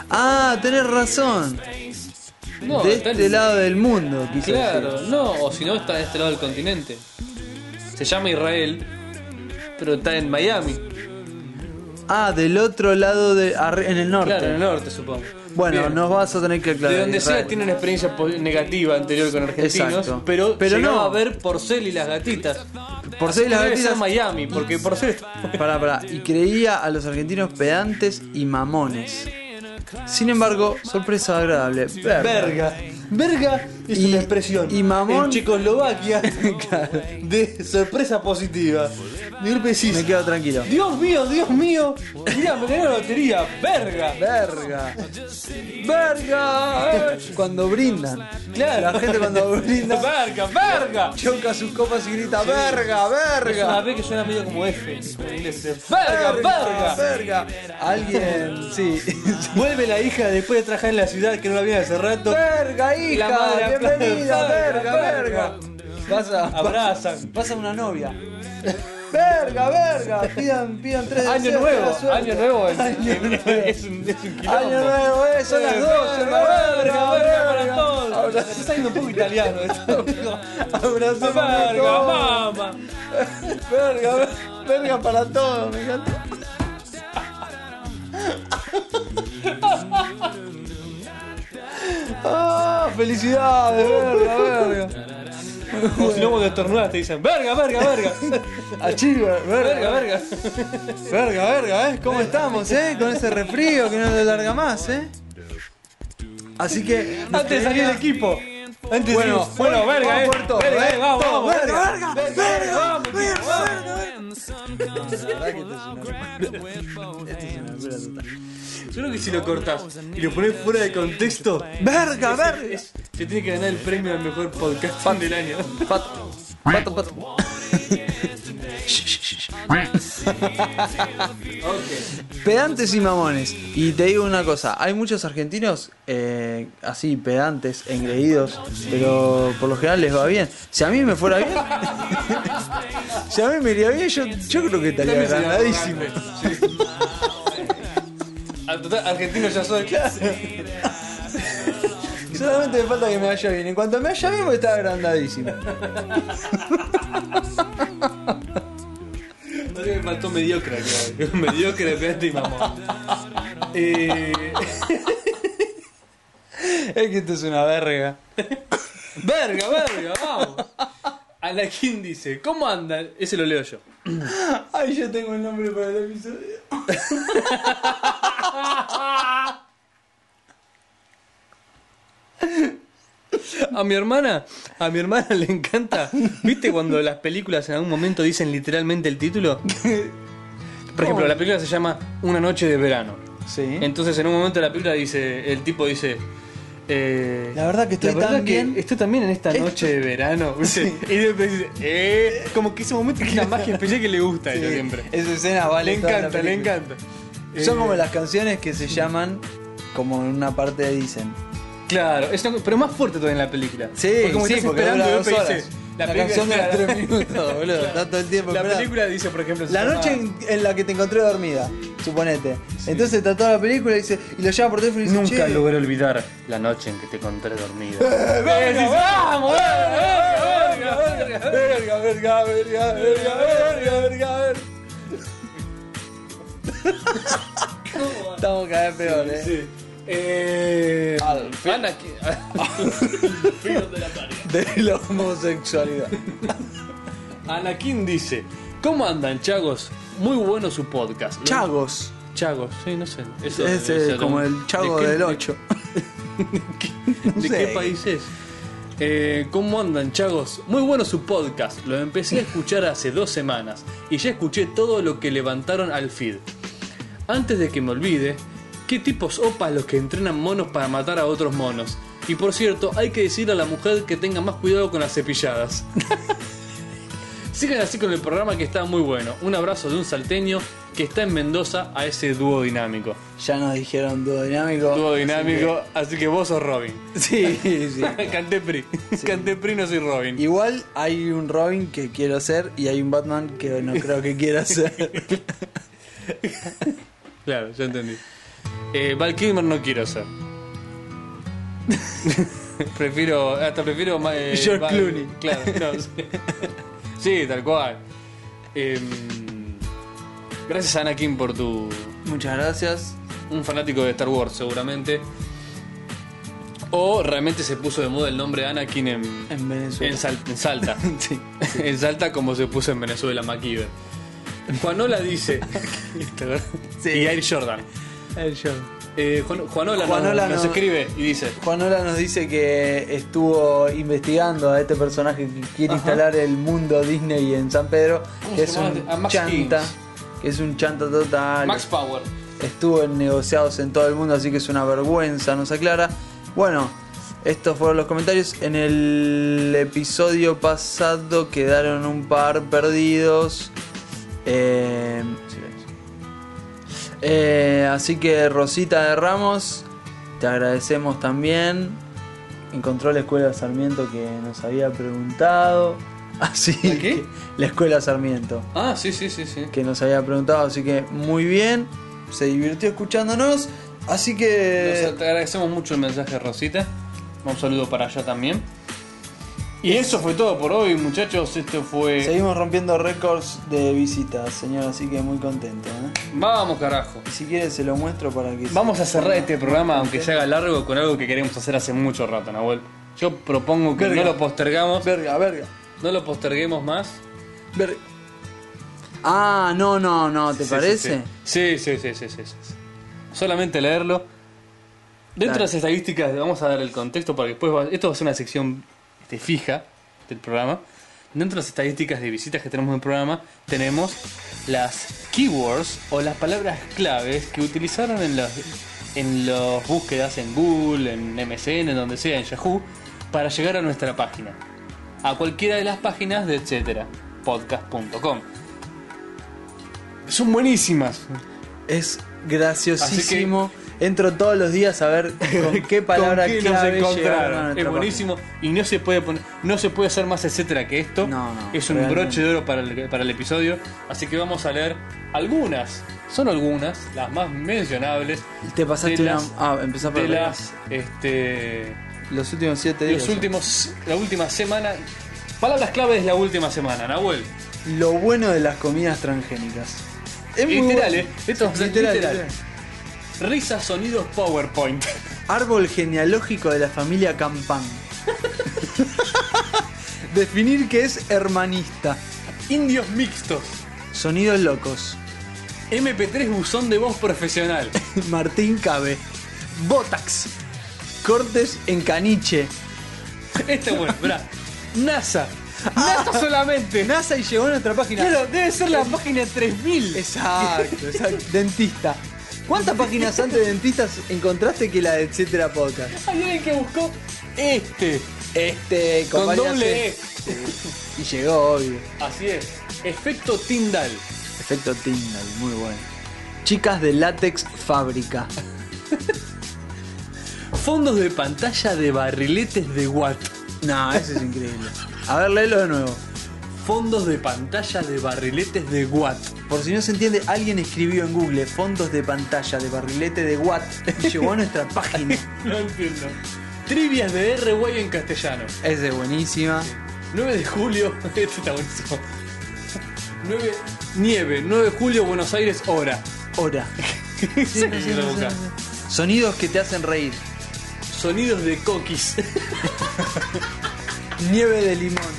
A: Ah, tenés razón.
B: No,
A: de
B: está
A: este
B: en-
A: lado del mundo, quise
B: Claro,
A: decir.
B: no, o si no está de este lado del continente. Se llama Israel, pero está en Miami.
A: Ah, del otro lado de arri- en el norte.
B: Claro, en el norte, supongo.
A: Bueno,
B: Bien.
A: nos vas a tener que aclarar.
B: De donde sea
A: Israel.
B: tiene una experiencia po- negativa anterior con argentinos,
A: Exacto.
B: pero,
A: Pero
B: llegaba
A: no.
B: a ver Porcel y las gatitas.
A: Porcel y las
B: Debe ser
A: gatitas-
B: Miami, porque Porcel está-
A: Pará, pará. Y creía a los argentinos pedantes y mamones. Sin embargo, sorpresa agradable. Verga.
B: Verga. Verga es
A: Y-
B: una expresión.
A: y mamón-
B: En Checoslovaquia. De sorpresa positiva. De golpe decís,
A: Me quedo tranquilo.
B: Dios mío, Dios mío. Mirá, me gané la lotería. Verga.
A: Verga. Verga. eh. Cuando brindan. Claro, la gente cuando brinda
B: Verga, verga.
A: choca sus copas y grita verga,
B: Es una
A: verga.
B: B que suena medio como F. en inglés, es Verga, verga.
A: verga. Alguien, sí.
B: Vuelve la hija después de trabajar en la ciudad que no la había hace rato.
A: Verga, hija,
B: madre aplaude,
A: bienvenida, verga,
B: verga,
A: verga. Vas a,
B: Abrazan.
A: vas a una novia. Verga, verga. Pidan, pidan tres
B: Año
A: deseos, buena
B: nuevo,
A: suerte.
B: año nuevo. es- Es un es un
A: Año
B: quilombo.
A: nuevo, este eh, son las 12,
B: Verga, verga, verga para todos.
A: Ahora
B: Está saliendo un poco italiano esto.
A: Abrazo para
B: Verga,
A: todos.
B: mamá.
A: Verga, verga para todo, me encanta. Ah, felicidades, verga, verga.
B: O si no, cuando estornudas te dicen, verga, verga, verga.
A: Achiever,
B: Verga,
A: verga,
B: verga.
A: verga, verga, ¿eh? ¿Cómo estamos, eh? Con ese refrío que no le larga más, eh. Así que.
B: Antes salí del equipo. Antes
A: Bueno,
B: sí. bueno, verga, eh.
A: vamos por todo,
B: Verga,
A: eh.
B: eh, vamos,
A: Todo,
B: vamos.
A: verga, verga, verga,
B: vamos,
A: verga,
B: equipo, vamos.
A: verga, verga.
B: Yo creo que si lo cortás y lo ponés fuera de contexto,
A: Verga, verga.
B: es- se tiene que ganar el premio al mejor podcast del año.
A: Pato. Pato, pato.
B: Ok.
A: Pedantes y mamones. Y te digo una cosa, hay muchos argentinos eh, así, pedantes, engreídos, pero por lo general les va bien. Si a mí me fuera bien, si a mí me iría bien, yo, yo creo que estaría agradadísimo.
B: Al Ah, total, argentino ya soy.
A: Solamente me falta que me vaya bien. En cuanto me vaya bien, voy a estar agrandadísimo.
B: No sé, me faltó mediocre acá. Mediocre, pedante y mamón. Eh,
A: Es que esto es una verga.
B: verga, verga, vamos. Anakin dice, ¿cómo andan? Ese lo leo yo.
A: Ay, yo tengo el nombre para el episodio.
B: A mi hermana, a mi hermana le encanta. ¿Viste cuando las películas en algún momento dicen literalmente el título? Por ejemplo, la película se llama Una noche de verano.
A: Sí.
B: Entonces en un momento la película dice, el tipo dice. eh,
A: La verdad que estoy tan bien".
B: estoy también en esta noche de verano. ¿viste? Y después dice, eh, como que ese momento que es una magia especial que le gusta a ella siempre.
A: Esa escena vale.
B: Le
A: toda la
B: encanta, le
A: película.
B: encanta.
A: Son
B: Eh,
A: como las canciones que se llaman, como en una parte dicen.
B: Claro, es una- pero más fuerte todavía en la película.
A: Sí,
B: Porque como
A: sí,
B: estás
A: porque
B: esperando
A: dura
B: y
A: dos
B: después
A: horas.
B: dice,
A: La,
B: película-
A: canción de los tres minutos, boludo. Está todo el tiempo
B: La
A: esperando.
B: película dice, por ejemplo, se
A: La
B: llama-
A: noche en, en la que te encontré dormida, suponete. Entonces está toda la película y, dice, y lo llama por teléfono y dice, "Che,
B: Nunca logré olvidar la noche en que te encontré dormido.
A: verga, verga, verga, verga, verga, verga, verga, verga, verga, ver, a ver. Estamos cada vez peor, eh.
B: Sí. Eh,
A: Adolf.
B: Anakin. Filo de la tarea.
A: De la homosexualidad.
B: Anakin dice: ¿Cómo andan, chagos? Muy bueno su podcast. Lo-
A: Chagos.
B: Chagos, sí, no sé. Eso
A: Es
B: debe
A: eh,
B: ser
A: como
B: un-
A: el chago
B: ¿de qué-
A: del 8.
B: ¿De,
A: No sé.
B: qué país es? Eh, ¿Cómo andan, chagos? Muy bueno su podcast. Lo empecé a escuchar hace dos semanas y ya escuché todo lo que levantaron al feed. Antes de que me olvide, qué tipos opas los que entrenan monos para matar a otros monos. Y por cierto, hay que decirle a la mujer que tenga más cuidado con las cepilladas. Sigan así con el programa que está muy bueno. Un abrazo de un salteño que está en Mendoza a ese dúo dinámico.
A: Ya nos dijeron dúo dinámico.
B: Dúo dinámico, así que vos sos Robin.
A: Sí, sí.
B: Cantepri. Cantepri no soy Robin.
A: Igual hay un Robin que quiero ser y hay un Batman que no creo que quiera ser.
B: Claro, ya entendí. Eh, Val Kilmer no quiero ser. prefiero. Hasta prefiero. ma- eh,
A: George
B: Val-
A: Clooney.
B: Claro, no, sí. Sí, tal cual. Eh, gracias, Anakin, por tu.
A: Muchas gracias.
B: Un fanático de Star Wars, seguramente. O realmente se puso de moda el nombre Anakin en,
A: En Venezuela.
B: En, Sal- en Salta. en Salta como se puso en Venezuela MacGyver. Juanola dice. ¿Te acordás?
A: Sí.
B: Y Air Jordan.
A: El show.
B: Eh, Juan- Juanola, nos-
A: Juanola
B: nos
A: no-
B: escribe y dice.
A: Juanola nos dice que estuvo investigando a este personaje que quiere instalar el mundo Disney en San Pedro,
B: ¿Cómo
A: que
B: se
A: es
B: llamaba
A: un
B: este? A Max
A: chanta,
B: Kings.
A: que es un chanta total.
B: Max Power.
A: Estuvo en negociados en todo el mundo, así que es una vergüenza, nos aclara. Bueno, estos fueron los comentarios. En el episodio pasado quedaron un par perdidos. Eh, eh, así que Rosita de Ramos, te agradecemos también. Encontró la escuela Sarmiento que nos había preguntado. Así
B: ¿La qué?
A: que- la escuela Sarmiento
B: Ah, sí, sí, sí, sí.
A: que nos había preguntado, así que muy bien, se divirtió escuchándonos, así que...
B: Nos- te agradecemos mucho el mensaje, Rosita. Un saludo para allá también. Y eso fue todo por hoy, muchachos. Esto fue.
A: Seguimos rompiendo récords de visitas, señor, así que muy contento. ¿eh?
B: Vamos, carajo.
A: Y si quiere se lo muestro para que... se-
B: Vamos a cerrar este programa, aunque se haga largo, con algo que queremos hacer hace mucho rato, Nahuel. Yo propongo que
A: Verga.
B: no lo postergamos.
A: Verga, verga,
B: No lo posterguemos más.
A: verga. Ah, no, no, no, ¿te
B: Sí, sí,
A: parece?
B: Sí, sí, sí, sí, sí, sí, sí. Solamente leerlo.
A: Dale.
B: Dentro de las estadísticas vamos a dar el contexto para que después va- esto va a ser una sección este, fija del programa. Dentro de las estadísticas de visitas que tenemos en el programa tenemos las keywords o las palabras claves que utilizaron en las en las búsquedas en Google, en MSN, en donde sea, en Yahoo, para llegar a nuestra página. A cualquiera de las páginas de etcétera, podcast.com. Son buenísimas.
A: Es graciosísimo. Entro todos los días a ver con qué palabra
B: ¿Con qué nos
A: clave llegaron a
B: encontraron?
A: nuestra
B: Es buenísimo y no se puede poner, no se puede hacer más etcétera que esto.
A: No, no,
B: es un
A: realmente.
B: broche de oro para el, para el episodio, así que vamos a leer algunas, son algunas las más mencionables
A: página. Te pasaste
B: de
A: una...
B: las-
A: Ah, empezá por
B: de
A: la-
B: las este
A: los últimos siete días.
B: los últimos la última semana. Palabras clave es la última semana, Nahuel.
A: Lo bueno de las comidas transgénicas. Es muy
B: Literal,
A: bueno.
B: eh. Esto es
A: Literal,
B: literal.
A: literal.
B: Risas, sonidos, PowerPoint.
A: Árbol genealógico de la familia Campán. Definir que es hermanista.
B: Indios mixtos.
A: Sonidos locos.
B: MP3 buzón de voz profesional.
A: Martín Cabe. Botax. Cortes en caniche.
B: Este bueno, mirá. NASA. NASA solamente.
A: NASA y llegó a nuestra página.
B: Claro, debe ser la página 3000.
A: Exacto, exacto. Dentista. ¿Cuántas páginas antes de dentistas encontraste que la de etcétera podcast?
B: Hay alguien que buscó este.
A: Este,
B: Con
A: compañía
B: doble E.
A: C. E. Y llegó, obvio.
B: Así es. Efecto Tyndall.
A: Efecto Tyndall, muy bueno. Chicas de látex fábrica.
B: Fondos de pantalla de barriletes de Watt.
A: No, eso es increíble. A ver, léelo de nuevo.
B: Fondos de pantalla de barriletes de Watt.
A: Por si no se entiende, alguien escribió en Google fondos de pantalla de barrilete de Watt y llegó a nuestra página.
B: No entiendo. Trivias de R-Way en castellano.
A: Esa es buenísima.
B: 9 de julio. Este está buenísimo. 9, nieve, 9 de julio, Buenos Aires, hora.
A: Hora.
E: Sí, lo busca.
A: Sonidos que te hacen reír.
B: Sonidos de coquis.
A: Nieve de limón.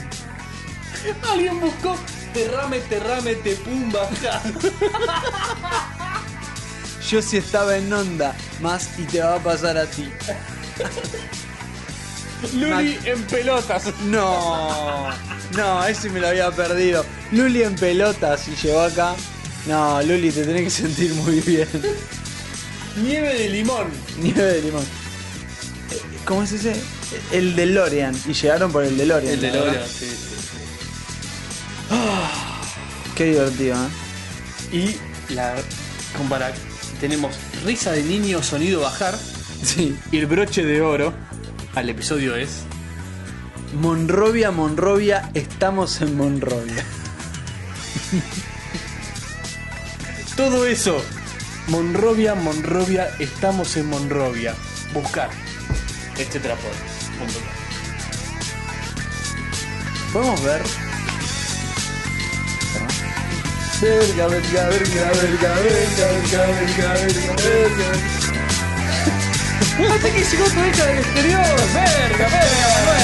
B: Alguien buscó derrame, terrame, te pumba. ja.
A: Yo sí estaba en onda, más y te va a pasar a ti.
B: Luli en pelotas.
A: No, no, ese me lo había perdido. Luli en pelotas y llegó acá. No, Luli, te tenés que sentir muy bien.
B: Nieve de limón.
A: Nieve de limón. Eh, ¿Cómo es ese? El DeLorean. Y llegaron por el DeLorean.
E: El de
A: ¿no?
E: Lola, sí, sí.
A: Qué divertido, ¿eh?
B: Y la compara. Tenemos risa de niño, sonido bajar.
A: Sí.
B: Y el broche de oro al episodio es.
A: Monrovia, Monrovia, estamos en Monrovia.
B: Todo eso. Monrovia, Monrovia, estamos en Monrovia. Buscar.
E: Este trapo. punto com.
A: ¿Podemos ver? Verga, verga, verga, verga, verga, verga, verga, verga.
B: Pensé que llegó tu hija del exterior. Verga, verga, verga.